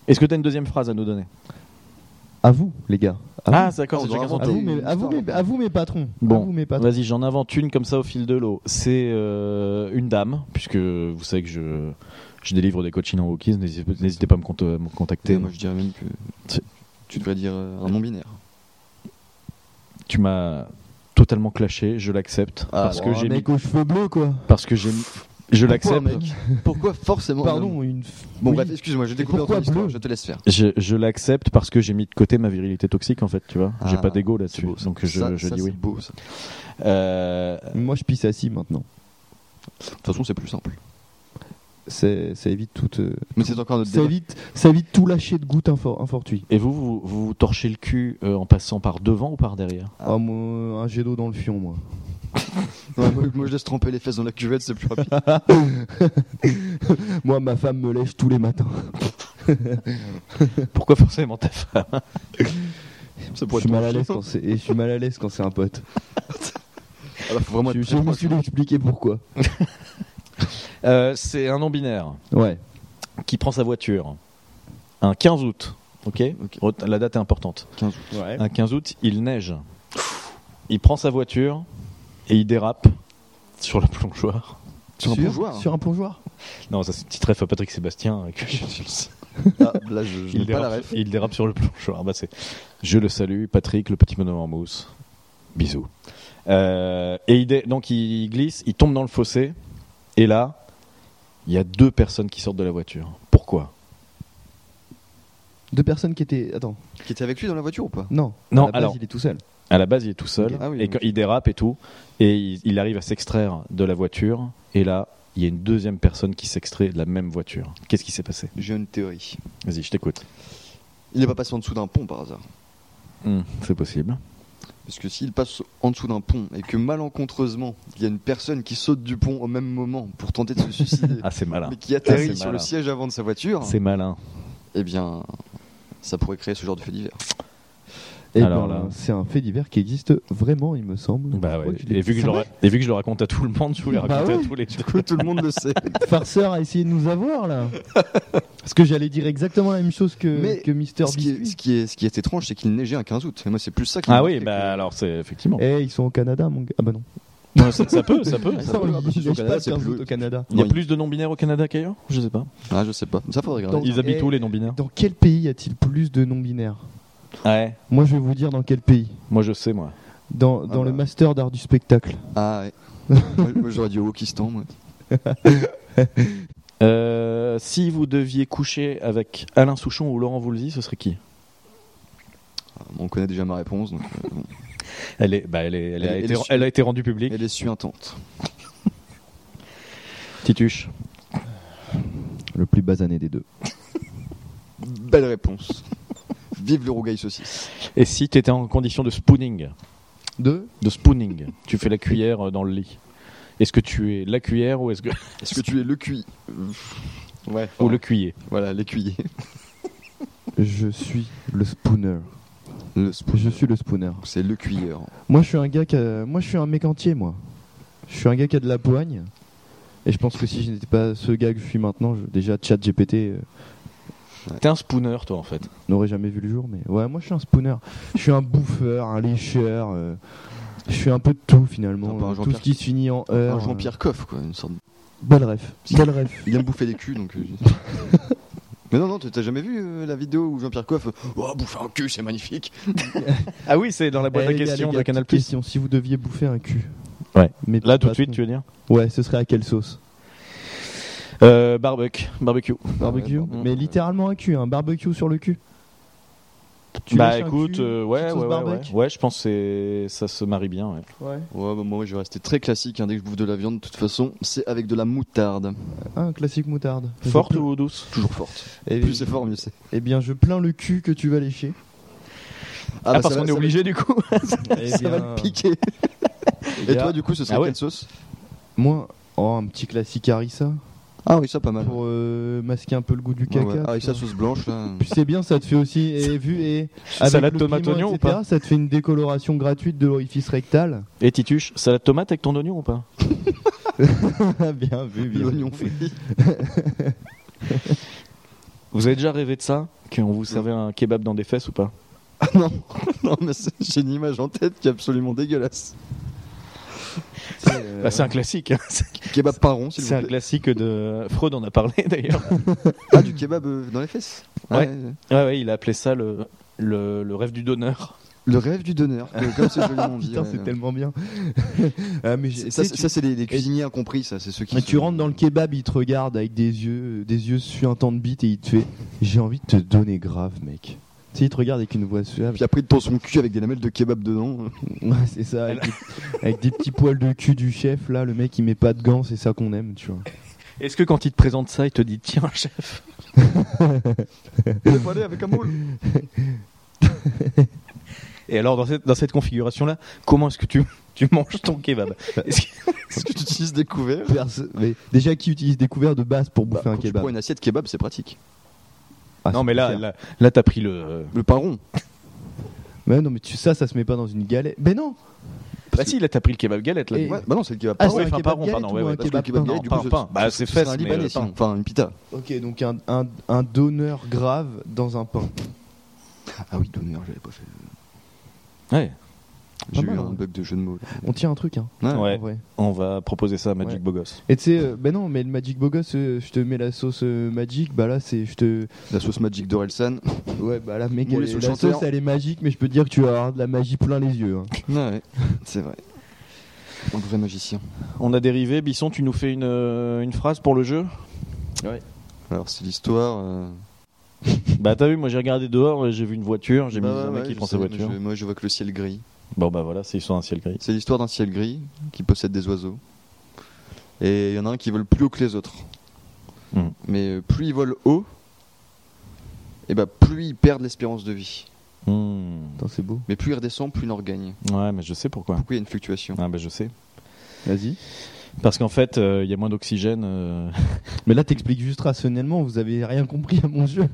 Est-ce que tu as une deuxième phrase à nous donner
À vous, les gars. À
Ah, d'accord, c'est
On doit
chacun son
vous, à
tour.
vous, mes, à vous, mes- à vous, mes patrons.
Bon.
À vous, mes patrons.
Vas-y, j'en invente une comme ça au fil de l'eau. C'est euh, une dame, puisque vous savez que je, je délivre des coachings en walkies, n'hésitez n'hésitez pas à me cont- à me contacter.
moi, je dirais même que
C'est-
tu devrais dire euh, un nom binaire.
Tu m'as totalement clashé, je l'accepte,
Ah,
parce, que
Oh,
j'ai mis-
mec aux cheveux bleus, quoi.
parce que j'ai mis- Je
Pourquoi,
l'accepte.
mec Pourquoi forcément un homme
Pardon, une. f-
bah, Bon,
oui.
bref, excuse-moi, je
Et
découvre
pourquoi
ton histoire,
bleu
je te laisse faire.
Je, je l'accepte parce que j'ai mis de côté ma virilité toxique en fait, tu vois. J'ai
Ah,
pas d'ego là-dessus,
beau, ça.
donc je,
Ça-
je
ça,
dis
c'est
oui.
beau, ça.
Euh,
Moi, je pisse assis maintenant.
De toute façon, c'est plus simple.
C'est- Ça évite toute. euh,
Mais c'est encore notre
Ça
débat.
évite, ça évite tout lâcher de goutte infor- infortuit.
et vous, vous, vous vous torchez le cul euh, en passant par devant ou par derrière
Ah.
Ah, moi, un jet d'eau dans le fion, moi. <laughs>
Ouais, moi, moi, je laisse tremper les fesses dans la cuvette, c'est
<laughs>
plus rapide.
Moi, ma femme me lèche tous les matins.
Pourquoi forcément ta femme
Ça
Je
pourrait
suis
être
mal
mon
à l'aise
chien.
quand c'est, et je suis mal à l'aise quand c'est un pote.
Alors, faut vraiment
je
être
je
très
me
proche.
suis expliqué pourquoi.
Euh, C'est un non binaire.
Ouais.
qui prend sa voiture un 15 août, ok,
Ok.
Ret- La date est importante.
15 août.
Ouais.
Un 15 août, il neige. Il prend sa voiture et il dérape sur le plongeoir.
Sur un
Sur-
bourgeois.
Sur un plongeoir.
Non, ça c'est une petite ref à Patrick Sébastien. Que <laughs> je- je-
Ah, là, je, je
il,
n'ai pas
dérape,
la ref.
il dérape sur le <laughs> plongeoir. Bah, c'est- je le salue, Patrick, le petit bonhomme en mousse. Bisous. Euh, et il dé- donc il glisse, il tombe dans le fossé. Et là, il y a deux personnes qui sortent de la voiture. Pourquoi
Deux personnes qui étaient. Attends.
Qui était avec lui dans la voiture ou pas
Non.
Non,
À la base,
alors-
Il est tout seul.
À la base, il est tout seul.
Ok. Ah oui,
et
oui.
quand il dérape et tout. Et il, il arrive à s'extraire de la voiture. Et là, il y a une deuxième personne qui s'extrait de la même voiture. Qu'est-ce qui s'est passé
J'ai une théorie.
Vas-y, je t'écoute.
Il n'est pas passé en dessous d'un pont par hasard.
c'est possible.
Parce que s'il passe en dessous d'un pont et que malencontreusement, il y a une personne qui saute du pont au même moment pour tenter de se suicider,
<laughs> Ah, c'est malin.
mais qui atterrit
Ah, c'est
sur le
malin.
siège avant de sa voiture,
C'est malin.
eh bien, ça pourrait créer ce genre de fait divers.
Et
Alors
ben,
là.
c'est un fait divers qui existe vraiment, il me semble.
Bah ouais.
Je crois que je l'ai
et, vu que je
C'est
le ra- et vu que je le raconte à tout le monde, je voulais
Bah
raconter
ouais.
à tous les
Du coup, tout le monde le sait.
vrai. Farceur a essayé de nous avoir
<laughs>
là. Parce que j'allais dire exactement la même chose que,
Mais
que
<laughs>
Mister
ce, qui est,
Biscuit.
ce, qui est, ce qui est étrange, c'est qu'il neigeait un 15 août. Et moi, c'est plus ça qui
Ah
me
oui,
marquait
bah alors c'est effectivement.
Eh, ils sont au Canada, mon gars. Ah bah non.
Ouais, ça, ça peut, ça peut.
Ah,
Ils
ça
sont
peut,
ils-
ah bah, c'est
ils
au
lèchent
Canada,
pas
c'est
15 août
plus-
au Canada.
Il y a
Non,
plus de non-binaires au Canada qu'ailleurs Je sais pas.
que- Ah, je sais pas. Ça, faudrait regarder.
Dans-
Ils habitent
et-
où les non-binaires
Dans quel pays y a-t-il plus de non-binaires
Ouais.
Moi, je vais vous dire dans quel pays.
Moi je sais, moi.
Dans,
Ah
dans le
bah.
master d'art du spectacle.
Ah ouais. moi, moi, j'aurais dit au Wokistan, moi.
Euh, si vous deviez coucher avec Alain Souchon ou Laurent Voulzy, ce serait qui
Ah, bon, On connaît déjà ma réponse, donc euh, bon.
Elle, est, bah, elle, est- elle a été,
Elle- elle est su-
elle a été rendue publique.
elle est suintante.
Tituche.
Le plus basané des deux.
Belle réponse. Vive le rougail saucisse.
Et si tu étais en condition de spooning,
Deux
de spooning, tu fais la cuillère euh, dans le lit. Est-ce que tu es la cuillère ou <laughs> est-ce que
Est-ce que tu es le cuit Ouais.
ou le cuiller
Voilà, l'écuyer.
Je suis le spooner.
Le spou-
Je suis le spooner.
C'est le cuilleur.
Moi, je suis un gars qui a- Moi, je suis un mec entier, moi. Je suis un gars qui a de la poigne. Et je pense que si je n'étais pas ce gars que je suis maintenant, je- déjà, chat GPT euh,
T'es un spooner toi en fait.
n'aurait jamais vu le jour. Mais ouais, moi, je suis un spooner. Je suis un bouffeur, un lécheur. euh, Je suis un peu de tout, finalement.
Un peu un
Euh, tout
Jean-Pierre-
ce qui se finit en
Un
Euh.
heure.
Jean-Pierre Coff, quoi. Une sorte de-
euh, Belle ref. Belle ref.
Il aime bouffer des
<laughs>
culs, donc. euh, Mais non, non, t'as jamais vu euh, la vidéo où Jean-Pierre Coff. euh, Oh, bouffer un cul, c'est magnifique.
Ah oui, c'est dans la boîte
Eh,
à
les gars,
questions
les gars,
de Canal+.
petite question, si vous deviez bouffer un cul.
Ouais.
Mais
Là tout
pas
de suite,
trop.
tu veux dire
Ouais, ce serait à quelle sauce
euh, Barbecue, barbecue.
Barbecue
Ah ouais, bon,
Mais
euh,
littéralement un cul, un barbecue sur le cul. Tu
bah
lâches un
écoute,
cul,
euh, ouais,
petite
ouais,
sauce
ouais, ouais,
barbecue.
Ouais, je pense que c'est- ça se marie bien. ouais.
Ouais.
Ouais, bah, moi, je vais rester très classique. hein, dès que je bouffe de la viande, de toute façon, c'est avec de la moutarde.
Ah, un classique moutarde.
Forte ou douce
Toujours forte.
eh,
Plus c'est fort, mieux c'est.
eh bien, je plains le cul que tu vas lécher.
Ah,
bah,
parce
ça va-
qu'on est
ça va-
obligé du <laughs> coup.
Eh
Ah, bah, Ça va
bien,
le piquer.
les
Et
gars,
toi, du coup, ce serait
Ah ouais.
quelle sauce
Moi, oh, un petit classique harissa.
Ah oui, ça pas mal.
pour euh, masquer un peu le goût du
Ouais,
caca.
ouais. Ah, et
tu
ça,
vois.
sauce blanche, là.
Puis c'est bien, ça te fait aussi et vu et avec
Salade
le
tomate
piment,
oignon ou
etc.,
pas
Ça te fait une décoloration gratuite de l'orifice rectal. <laughs>
Et Tituche, salade tomate avec ton oignon ou pas
bien vu, bien. vu.
<laughs> L'oignon frit.
Vous avez déjà rêvé de ça Qu'on vous servait un kebab dans des fesses ou pas
Ah non, <laughs> non, mais c'est- j'ai une image en tête qui est absolument dégueulasse.
Bah, C'est un classique. hein. <laughs> C'est-
Kebab pain rond, s'il
C'est
vous
un
plaît.
classique de. Freud en a parlé <laughs> d'ailleurs.
Ah, du kebab euh, dans les fesses. Ah,
Ouais. Ouais, ouais, il a appelé ça le, le, le rêve du donneur.
Le rêve du donneur, euh, comme c'est
<laughs>
joliment dit.
Putain,
ouais.
c'est tellement bien. Ah, mais j'ai-
Ça,
tu sais,
c'est- ça, c'est les, les cuisiniers incompris, ça. C'est ceux qui.
Mais
se-
tu rentres dans le kebab, il te regarde avec des yeux, des yeux suintants de bite et il te fait J'ai envie de te donner grave, mec. Tu sais, il te regarde avec une voix suave.
Puis après, il tend son cul avec des lamelles de kebab dedans.
<laughs> Ouais, c'est ça, avec des, avec des petits poils de cul du chef, là, le mec il met pas de gants, c'est ça qu'on aime, tu vois.
Est-ce que quand il te présente ça, il te dit tiens, <laughs> chef
Le palais avec un moule. <laughs>
Et alors, dans cette, dans cette configuration-là, comment est-ce que tu, tu manges ton <laughs> kebab Est-ce que-
Est-ce que tu utilises des couverts
Perso- mais déjà, qui utilise des couverts de base pour
Bah,
bouffer Bah, un
Quand tu
kebab
prends une assiette kebab, c'est pratique.
Ah,
Non,
c'est
mais là,
clair.
là, là t'as pris le.
Le pain rond.
Ouais, non, mais tu, ça, ça se met pas dans une galette. Mais non
Bah, si, là, t'as pris le kebab galette. Là,
Et-
du coup.
Ouais, bah non, c'est le kebab
Ah,
Ah,
pain
c'est
ouais,
rond.
un
enfin,
kebab
pardon,
galette
pardon,
ou
ouais,
un
ouais.
Parce que le
kebab
kebab
pain
galette, du
Pain,
coup, ce-
pain.
ce-
Bah,
ce
c'est
serait
fesses,
un
mais,
libanais,
euh,
sinon.
pain.
Enfin, une pita.
Ok, donc un, un, un donneur grave dans un pain.
Ah oui, donneur, j'avais pas fait.
Ouais.
J'ai eu
mal,
un
ouais.
bug de jeu de mots. là.
On tient un truc, hein.
Ouais.
Ouais.
en vrai.
On va proposer ça à Magic
Ouais.
Bogos.
Et tu sais, euh, ben non, mais le Magic Bogos, euh, je te mets la sauce euh, Magic, bah là, c'est. Je te.
La sauce magique d'Orelsan.
Ouais, bah là, mec,
Moulé
elle-
sous le
la
chanteur.
sauce, elle est magique, mais je peux te dire que tu vas avoir de la magie plein les yeux. hein.
<laughs> Ouais, c'est vrai. Un vrai magicien.
On a dérivé. Bisson, tu nous fais une, euh, une phrase pour le jeu
Alors, c'est l'histoire. euh,
Bah, t'as vu, moi, j'ai regardé dehors, euh, j'ai vu une voiture, j'ai
bah
mis
ouais,
un mec
ouais,
qui
je
prend
sais,
sa voiture.
mais je- moi, je vois que le ciel gris.
Bon, bah voilà, c'est sur un ciel gris.
C'est l'histoire d'un ciel gris qui possède des oiseaux. Et il y en a un qui vole plus haut que les autres.
Hmm.
Mais euh, plus ils volent haut, et bah plus ils perdent l'espérance de vie.
Hmm.
Putain, c'est beau.
Mais plus ils redescendent, plus ils en regagnent.
Ouais, mais je sais pourquoi.
Pourquoi il y a une fluctuation
Ah, bah, je sais.
Vas-y.
Parce qu'en fait, euh, il y a moins d'oxygène. euh.
Mais là, t'expliques juste rationnellement, vous avez rien compris à mon jeu.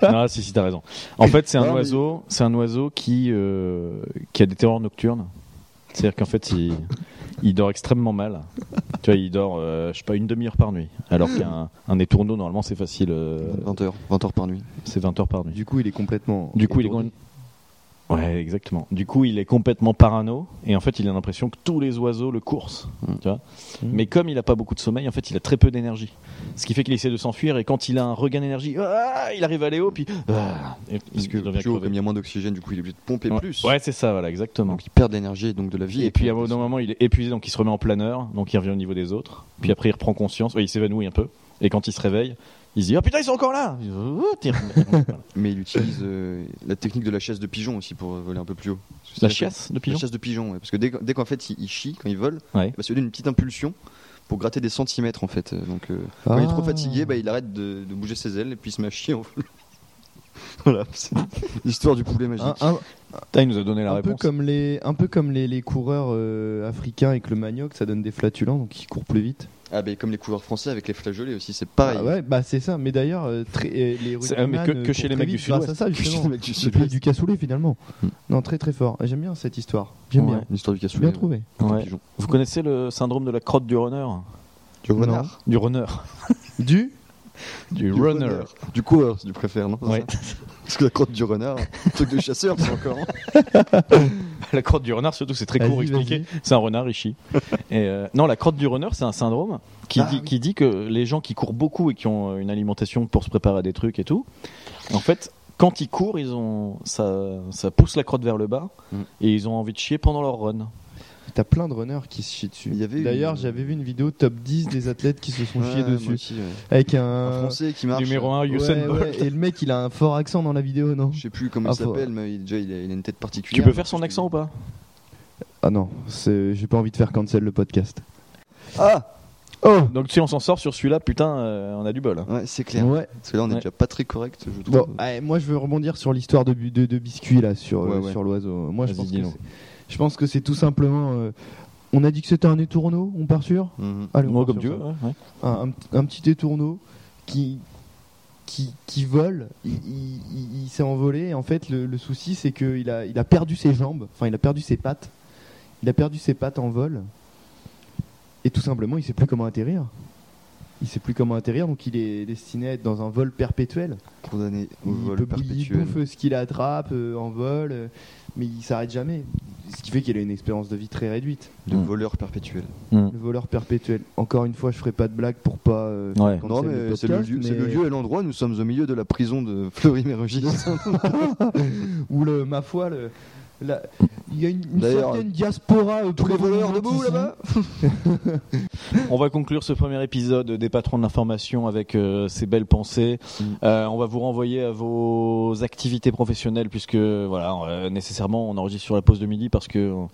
ah, si, si, t'as raison. En fait, c'est un,
Non, mais-
oiseau, c'est un oiseau qui, euh, qui a des terreurs nocturnes. C'est-à-dire qu'en fait, il, il dort extrêmement mal. Tu vois, il dort, euh, je sais pas, une demi-heure par nuit. Alors qu'un un étourneau, normalement, c'est facile. euh,
20 heures, 20 heures par nuit.
c'est 20 heures par nuit.
Du coup, il est complètement.
Du coup, il est
étourdi.
con- Ouais, exactement. Du coup, il est complètement parano et en fait, il a l'impression que tous les oiseaux le coursent.
Mm.
tu vois.
Mm.
Mais comme il n'a pas beaucoup de sommeil, en fait, il a très peu d'énergie. Ce qui fait qu'il essaie de s'enfuir et quand il a un regain d'énergie, ah, il arrive à aller haut, puis. ah, et
Parce
il
que
devient
plus haut,
crevé.
comme il y a moins d'oxygène, du coup, il est obligé de pomper
Ouais.
plus.
Ouais, c'est ça, voilà, exactement.
Donc il perd de l'énergie et donc de la vie.
Et puis à un moment, moment, il est épuisé, donc il se remet en planeur, donc il revient au niveau des autres.
Mm.
Puis après, il reprend conscience, ouais, il s'évanouit un peu. Et quand il se réveille, il se dit Oh putain, ils sont encore là Oh,
<laughs>
t'es-
Mais il utilise euh, la technique de la chasse de pigeon aussi pour euh, voler un peu plus haut. Parce que
La
c'est-
chasse de
La
pigeon
chasse de pigeon, ouais. parce que dès, que- dès qu'en fait il, il chie, quand bah, il vole,
Ouais.
il va se donner une petite impulsion pour gratter des centimètres en fait. Euh, Donc euh, quand il est trop
Ah.
fatigué, bah, il arrête de, de bouger ses ailes et puis il se met à chier en fait. <laughs> voilà, c'est l'histoire du poulet magique.
Ah. Un-
Ah.
un-
Putain, il nous a donné la
un peu
réponse.
comme les, un peu comme les, les coureurs euh, africains avec le manioc, ça donne des flatulents, donc ils courent plus vite.
Ah, bah, comme les coureurs français avec les flageolets aussi, c'est pareil.
Ah ouais, bah c'est ça. Mais d'ailleurs, euh, très- euh, les
C'est- ah, mais
rugbyman,
que-
euh,
que
courent
chez les
très
mecs du
vite grâce
Sud-Ouest. <laughs>
à ça,
Que chez
justement.
les mecs du
Le
Sud-Ouest.
pays du cassoulet finalement.
Hmm.
Non, très très fort. J'aime bien cette histoire. J'aime
Ouais,
bien.
L'histoire du cassoulet.
Bien
ouais.
trouvé.
Un
Ouais.
pigeon.
Vous connaissez le syndrome de la crotte du runner
Du
Non.
renard.
Du <laughs> runner.
Du
Du,
Du
runner.
renard. Du coureur, si tu préfères, non
Ouais.
Parce que la crotte du renard, truc de chasseur, c'est encore. hein.
<laughs> la crotte du renard, surtout, c'est très
Vas-y,
court expliqué. C'est un renard, il <laughs> chie. Et euh, non, la crotte du runner, c'est un syndrome qui,
Ah,
dit,
oui.
qui dit que les gens qui courent beaucoup et qui ont euh, une alimentation pour se préparer à des trucs et tout, en fait, quand ils courent, ils ont, ça, ça pousse la crotte vers le bas
Mm.
et ils ont envie de chier pendans leur run.
T'as plein de runners qui se chient dessus.
Il y avait une-
D'ailleurs, j'avais vu une vidéo top 10 des athlètes qui se sont
Ouais,
chiés
moi
dessus.
aussi, ouais.
Avec
Un
un.
français qui marche.
Numéro 1,
Ouais,
Usain
ouais,
Bolt.
Et le mec, il a un fort accent dans la vidéo, non
Je sais plus comment
Ah,
il
faut-
s'appelle, mais il- déjà il a, il a une tête
Tu
particulière.
peux faire son accent ou pas
Ah non, c'est- j'ai pas envie de faire cancel le podcast.
Ah
Oh
Donc si on s'en sort sur celui-là, putain, euh, on a du bol. hein.
Ouais, c'est clair.
Ouais.
Parce que là on est
Ouais.
déjà pas très correct, je trouve.
Bon, allez, moi je veux rebondir sur l'histoire de, bu- de, de biscuit là, sur, euh,
Ouais, ouais.
sur l'oiseau. Moi je
Vas-y,
pense, que
dis-nous.
c'est- je pense que c'est tout simplement euh, On a dit que c'était un étourneau, on part sur
Mhm.
Allez, on
Moi,
part
comme
sur
tu
ça.
veux. ouais, ouais.
un, un- un petit étourneau qui, qui, qui vole, il, il- il- il s'est envolé. Et en fait, le, le souci, c'est qu'il a, il a perdu ses jambes, enfin, il a perdu ses pattes. Il a perdu ses pattes en vol. Et tout simplement, il sait plus comment atterrir. Il sait plus comment atterrir, donc il est destiné à être dans un vol perpétuel.
Condamné au
il,
vol
peut- il
perpétuel.
bouffe ce qu'il attrape euh, en vol, euh, mais il s'arrête jamais. Ce qui fait qu'il a une expérience de vie très réduite.
De
Mm.
voleur perpétuel.
Le voleur perpétuel. Encore une fois, je ferai pas de blague pour pas. euh,
Ouais.
quand
Non,
c'est le
mais c'est le,
podcast,
lieu- c'est le
mais-
lieu et l'endroit. Nous sommes au milieu de la prison de <laughs> Fleury-Mérogis.
Ou le, ma foi, le, la- il y a une, une
D'ailleurs,
certaine diaspora. euh,
Tous les voleurs debout
prédominante ici.
là-bas
On va conclure ce premier épisode des patrons de l'information avec euh, ces belles pensées.
Mm.
Euh, on va vous renvoyer à vos activités professionnelles puisque voilà euh, nécessairement on enregistre sur la pause de midi parce que euh,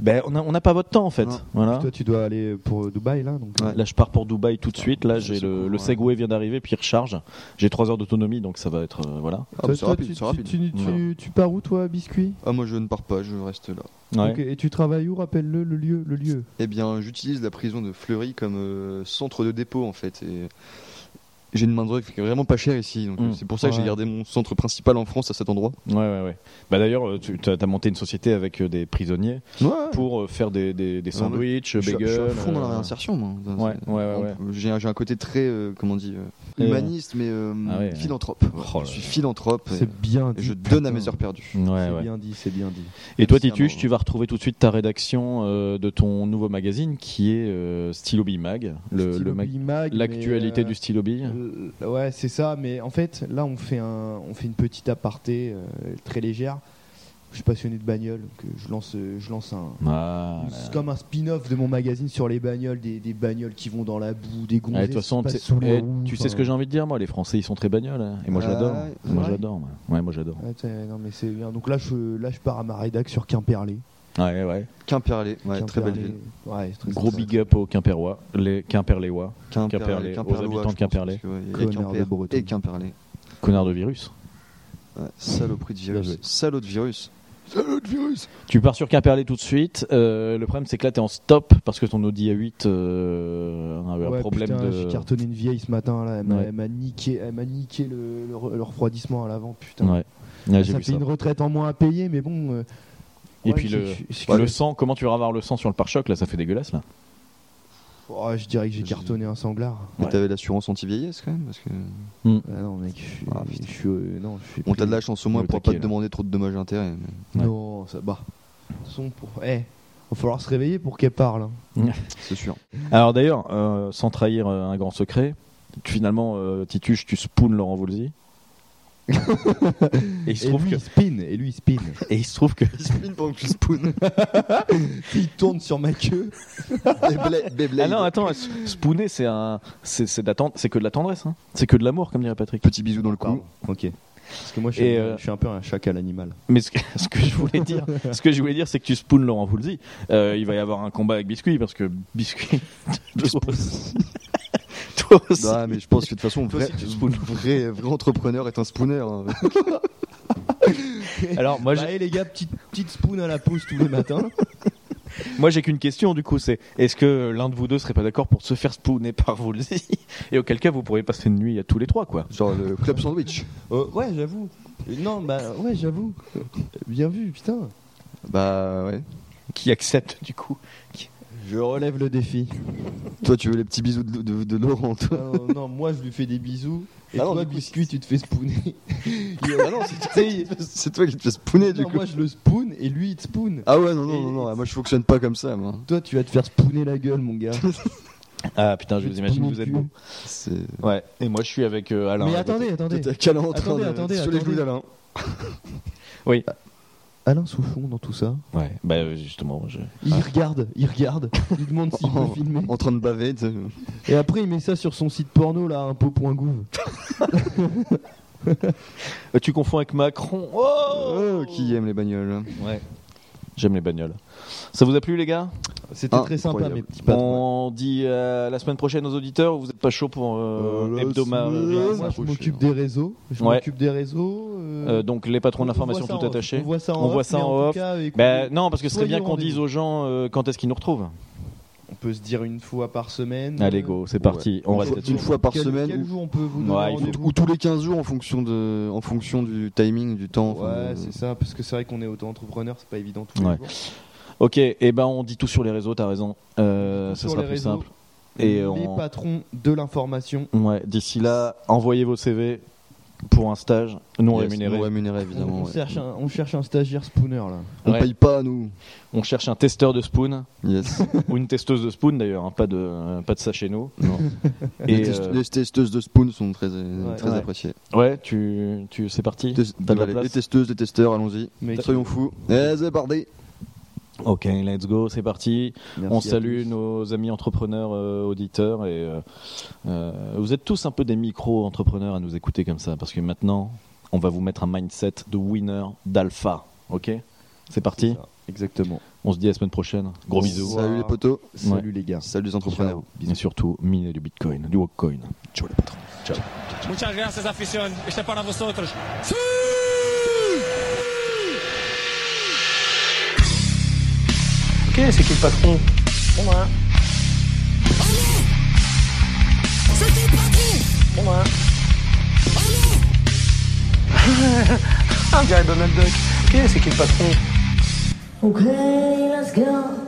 ben, on a- on n'a pas votre temps en fait.
Non.
Voilà.
Toi, tu dois aller pour Dubaï là. Donc,
Hein
euh,
Ouais.
Là, je pars pour Dubaï tout de suite. Là,
ça,
j'ai
c'est
le,
cool,
le
ouais.
Segway vient d'arriver, puis il recharge. J'ai 3 heures d'autonomie, donc ça va être euh, voilà.
Ah,
Toi-
bah, c'est
toi,
rapide,
tu,
c'est
tu-
rapide.
tu- tu-
Voilà.
tu pars où toi, biscuit
Ah, moi je ne pars pas, je reste là.
Ouais.
Ok, Et tu travailles où Rappelle-le le lieu, le lieu.
Eh bien, j'utilise la prison de Fleury comme euh, centre de dépôt en fait. Et j'ai une main d'œuvre qui est vraiment pas chère ici. Donc
Mm.
euh, c'est pour ça que
Ouais.
j'ai gardé mon centre principal en France à cet endroit.
ouais, ouais, ouais. Bah d'ailleurs, euh, tu as monté une société avec euh, des prisonniers pour euh, faire des, des, des
Ah, ouais.
sandwichs,
Je suis,
bagels.
je suis à fond dans la
euh,
réinsertion, moi. Enfin,
Ouais,
c'est-
ouais, ouais,
on-
ouais.
J'ai un j'ai un côté très, euh, comment on dit, euh,
Et, euh,
humaniste, mais euh,
ah ouais, ouais.
philanthrope.
Oh là
je suis
là.
philanthrope et,
C'est bien
et
dit.
je
putain.
donne à mes heures perdues.
Ouais,
C'est
ouais.
bien dit, c'est bien dit.
Et toi,
Évidemment.
Tituche, tu vas retrouver tout de suite ta rédaction euh, de ton nouveau magazine qui est euh, Stylo Bee Mag, le-
Style
le mag-
Oubli Mag, mais,
l'actualité
euh,
du Stylo Bee.
Euh, Ouais, c'est ça, mais en fait, là, on fait, un, on fait une petite aparté euh, très légère. Je suis passionné de bagnole, donc euh, je lance, euh, je lance un,
Ah, là.
c'est comme un spin-off de mon magazine sur les bagnoles, des, des bagnoles qui vont dans la boue, des
Eh,
gonzesses
De toute façon,
qui
tu
passent
sais-
sous les
eh,
roues,
tu sais
enfin. Bah,
ce que j'ai envie de dire, moi, les Français, ils sont très bagnoles. hein. Et moi, je
Ah,
l'adore.
c'est
Moi,
vrai
j'adore. moi. Ouais, moi, j'adore.
Ouais, t'es- non mais c'est bien. Donc là je là je pars à ma rédac sur Quimperlé.
Ouais, ouais.
Quimperlé, ouais, très belle
Quimperlé.
ville.
Ouais, c'est très
Gros
sympa.
big up aux Quimperois, les Quimperléois, Quimperlé, aux habitants
Quimperlois, je pense,
Quimperlé.
parce que, ouais, il y a
Connard de
Quimper
Breton.
Et Quimperlé.
connards de virus.
Ouais, saloperie de
Bien joué.
virus. Salaud de virus. Salaud de virus.
Tu pars sur Quimperlé tout de suite. euh, le problème, c'est que là, t'es en stop parce que ton Audi A8 euh, a eu un
Ouais,
problème
putain, J'ai
de.
cartonné une vieille ce matin là, elle m'a
Ouais.
elle m'a niqué, elle m'a niqué le, le re- le refroidissement à l'avant, putain.
Ouais, Ouais, j'ai
Ah, ça
vu
fait
ça.
une retraite en moins à payer, mais bon. euh,
Et
ouais,
puis
je-
le,
je- je-
le sang, comment tu vas avoir le sang sur le pare-choc là Ça fait dégueulasse là.
Oh, je dirais que j'ai
J'ai-
cartonné un sanglard.
Mais
Ouais.
t'avais l'assurance anti-vieillesse quand même parce que...
Ah non mec, je suis,
Ah, putain.
je suis, euh, non, je suis
Bon, t'as
pris-
de la chance au moins
Le
pour pas
taquet,
te
là.
demander trop de dommages et intérêts. mais-
Ouais.
Non, ça bah, bat. Son pour. Eh, va falloir se réveiller pour qu'elle parle. hein.
C'est
<laughs>
sûr.
Alors d'ailleurs, euh, sans trahir euh, un grand secret, tu- finalement, euh, Tituche, tu spoones Laurent Voulzy. <laughs> et il se
Et
trouve
lui,
que.
il spin. Et lui, il spin.
Et il se trouve que.
Il spin pendant que tu spoon.
il tourne sur ma queue.
Ah non, attends, s- spooner, c'est un, c'est c'est de la tend- c'est que de la tendresse, hein. c'est que de l'amour, comme dirait Patrick.
Petit bisou dans le cou.
Pardon. Ok. Parce que moi, je suis,
Et,
un-
euh,
je suis un peu un chacal animal.
Mais ce que, <laughs> ce que je voulais dire, ce que je voulais dire, c'est que tu spoones Laurent Voulzy. Euh, il va y avoir un combat avec Biscuit parce que Biscuit, <laughs> toi aussi, toi
Ah,
aussi.
Non, Ah, mais je pense que de toute façon,
Toi
vrai,
aussi, tu spoons.
vrai, vrai entrepreneur est un spooner. hein.
Alors moi,
Bah,
j'ai-
eh, les gars, petite, petite spoon à la pause tous les matins.
moi, j'ai qu'une question du coup, c'est est-ce que l'un de vous deux serait pas d'accord pour se faire spooner <laughs> par Voulzy Et auquel cas, vous pourriez passer une nuit à tous les trois, quoi.
Genre le club sandwich.
Euh, ouais, j'avoue. Euh, Non, bah, ouais, j'avoue. Euh, Bien vu, putain.
Bah ouais.
Qui accepte du coup
Je relève le défi.
Toi, tu veux les petits bisous de, de- de Laurent, toi.
Ah, non, non, moi, je lui fais des bisous. Et
Ah non,
toi,
du coup,
biscuit, tu te fais spooner.
Ah non, c'est- c'est toi qui te fais spooner, du
Non,
coup.
moi, je le spoon et lui, il te spoon.
Ah ouais, non, non, non, non, ah, moi je fonctionne pas comme ça, moi.
Toi, tu vas te faire spooner la gueule, mon <laughs> gars.
Ah putain, je
Je
vous
te
imagine,
spoon
vous
au
êtes
cul.
beau.
C'est.
Ouais. Et moi, je suis avec euh, Alain.
Mais attendez, attendez.
T'es à câlin en train
Attendez,
de-
attendez,
sur
attendez.
les genoux d'Alain.
Oui. euh,
Alain Souchon dans tout ça.
Ouais. Bah euh, justement, je.
Il regarde,
<laughs>
il regarde, il demande s'il peut
Oh.
En,
filmer.
en train de baver. t'sais.
Et après, il met ça sur son site porno là, un peu.gouv.
Euh, Tu confonds avec Macron. Oh,
Oh.
Oh, qui aime les bagnoles.
Ouais. J'aime les bagnoles. Ça vous a plu, les gars
C'était
Ah,
très sympa,
incroyable.
mes petits patrons.
On dit euh, la semaine prochaine aux auditeurs, ou vous n'êtes pas chaud pour euh,
Euh, la
l'hebdoma-
semaine-
euh,
Moi, je
Ouais.
m'occupe des réseaux. Je
Ouais.
m'occupe des réseaux. euh,
euh, Donc, les patrons de
on
l'information
voit ça
tout
en off.
attaché.
On voit ça en
On voit
off,
ça
mais
en
tout
off.
cas, écoutez,
Ben, non, parce que ce serait
Soyez
bien
au
qu'on dise
rendez-vous.
aux gens euh, quand est-ce qu'ils nous retrouvent.
on peut se dire une fois par semaine.
Allez,
euh,
go, c'est parti. On
Une
reste
fois-
là-dessus.
une fois par
quel-
semaine
Quel
ou-
jour on peut vous donner
Ouais, il faut-
Ou
rendez-vous
tous les 15 jours en fonction, de, en fonction du timing, du temps. enfin,
Ouais,
de-
c'est ça, parce que c'est vrai qu'on est auto-entrepreneur, c'est pas évident tous les
euh, Ouais.
jours.
Ok, et ben on dit tout sur les réseaux, t'as raison. Euh, ça
Sur
sera
les
plus
réseaux,
simple. Et
les
on-
patrons de l'information.
Ouais, d'ici là, envoyez vos CV pour un stage non
Yes,
rémunéré.
Non rémunéré,
On,
évidemment.
on
ouais.
cherche un, on cherche un stagiaire spooner là.
On
Ouais.
paye pas, nous.
On cherche un testeur de spoon
Yes.
ou une testeuse de spoon d'ailleurs, hein, pas de euh, pas de ça chez nous.
Non. les,
Et
test-
euh,
les testeuses de spoon sont très, euh,
Ouais.
très
Ouais.
appréciées.
ouais, tu tu c'est parti.
Test-
T'as de la
allez,
place
les testeuses, les testeurs, allons-y.
Mais
Soyons fous. Eh, c'est parti.
Ok, let's go, c'est parti.
Merci
On
à
salue
tous.
nos amis entrepreneurs, euh, auditeurs et euh, euh, vous êtes tous un peu des micro-entrepreneurs à nous écouter comme ça parce que maintenant on va vous mettre un mindset de winner d'alpha. Ok, c'est parti.
Exactement.
On se dit à la semaine prochaine. Gros
Bon.
bisous.
Salut les potos.
Salut les gars.
Salut les entrepreneurs.
Ciao.
Et surtout, miner du Bitcoin, du Walkcoin. Ciao les patrons. Ciao.
Muchas gracias, afición. Este es para vosotros.
Ok, c'est qui le patron
C'est moi.
Allez C'est qui le patron
C'est moi.
Allez
On dirait Donald Duck. Ok, c'est qui le patron
Okay, let's go.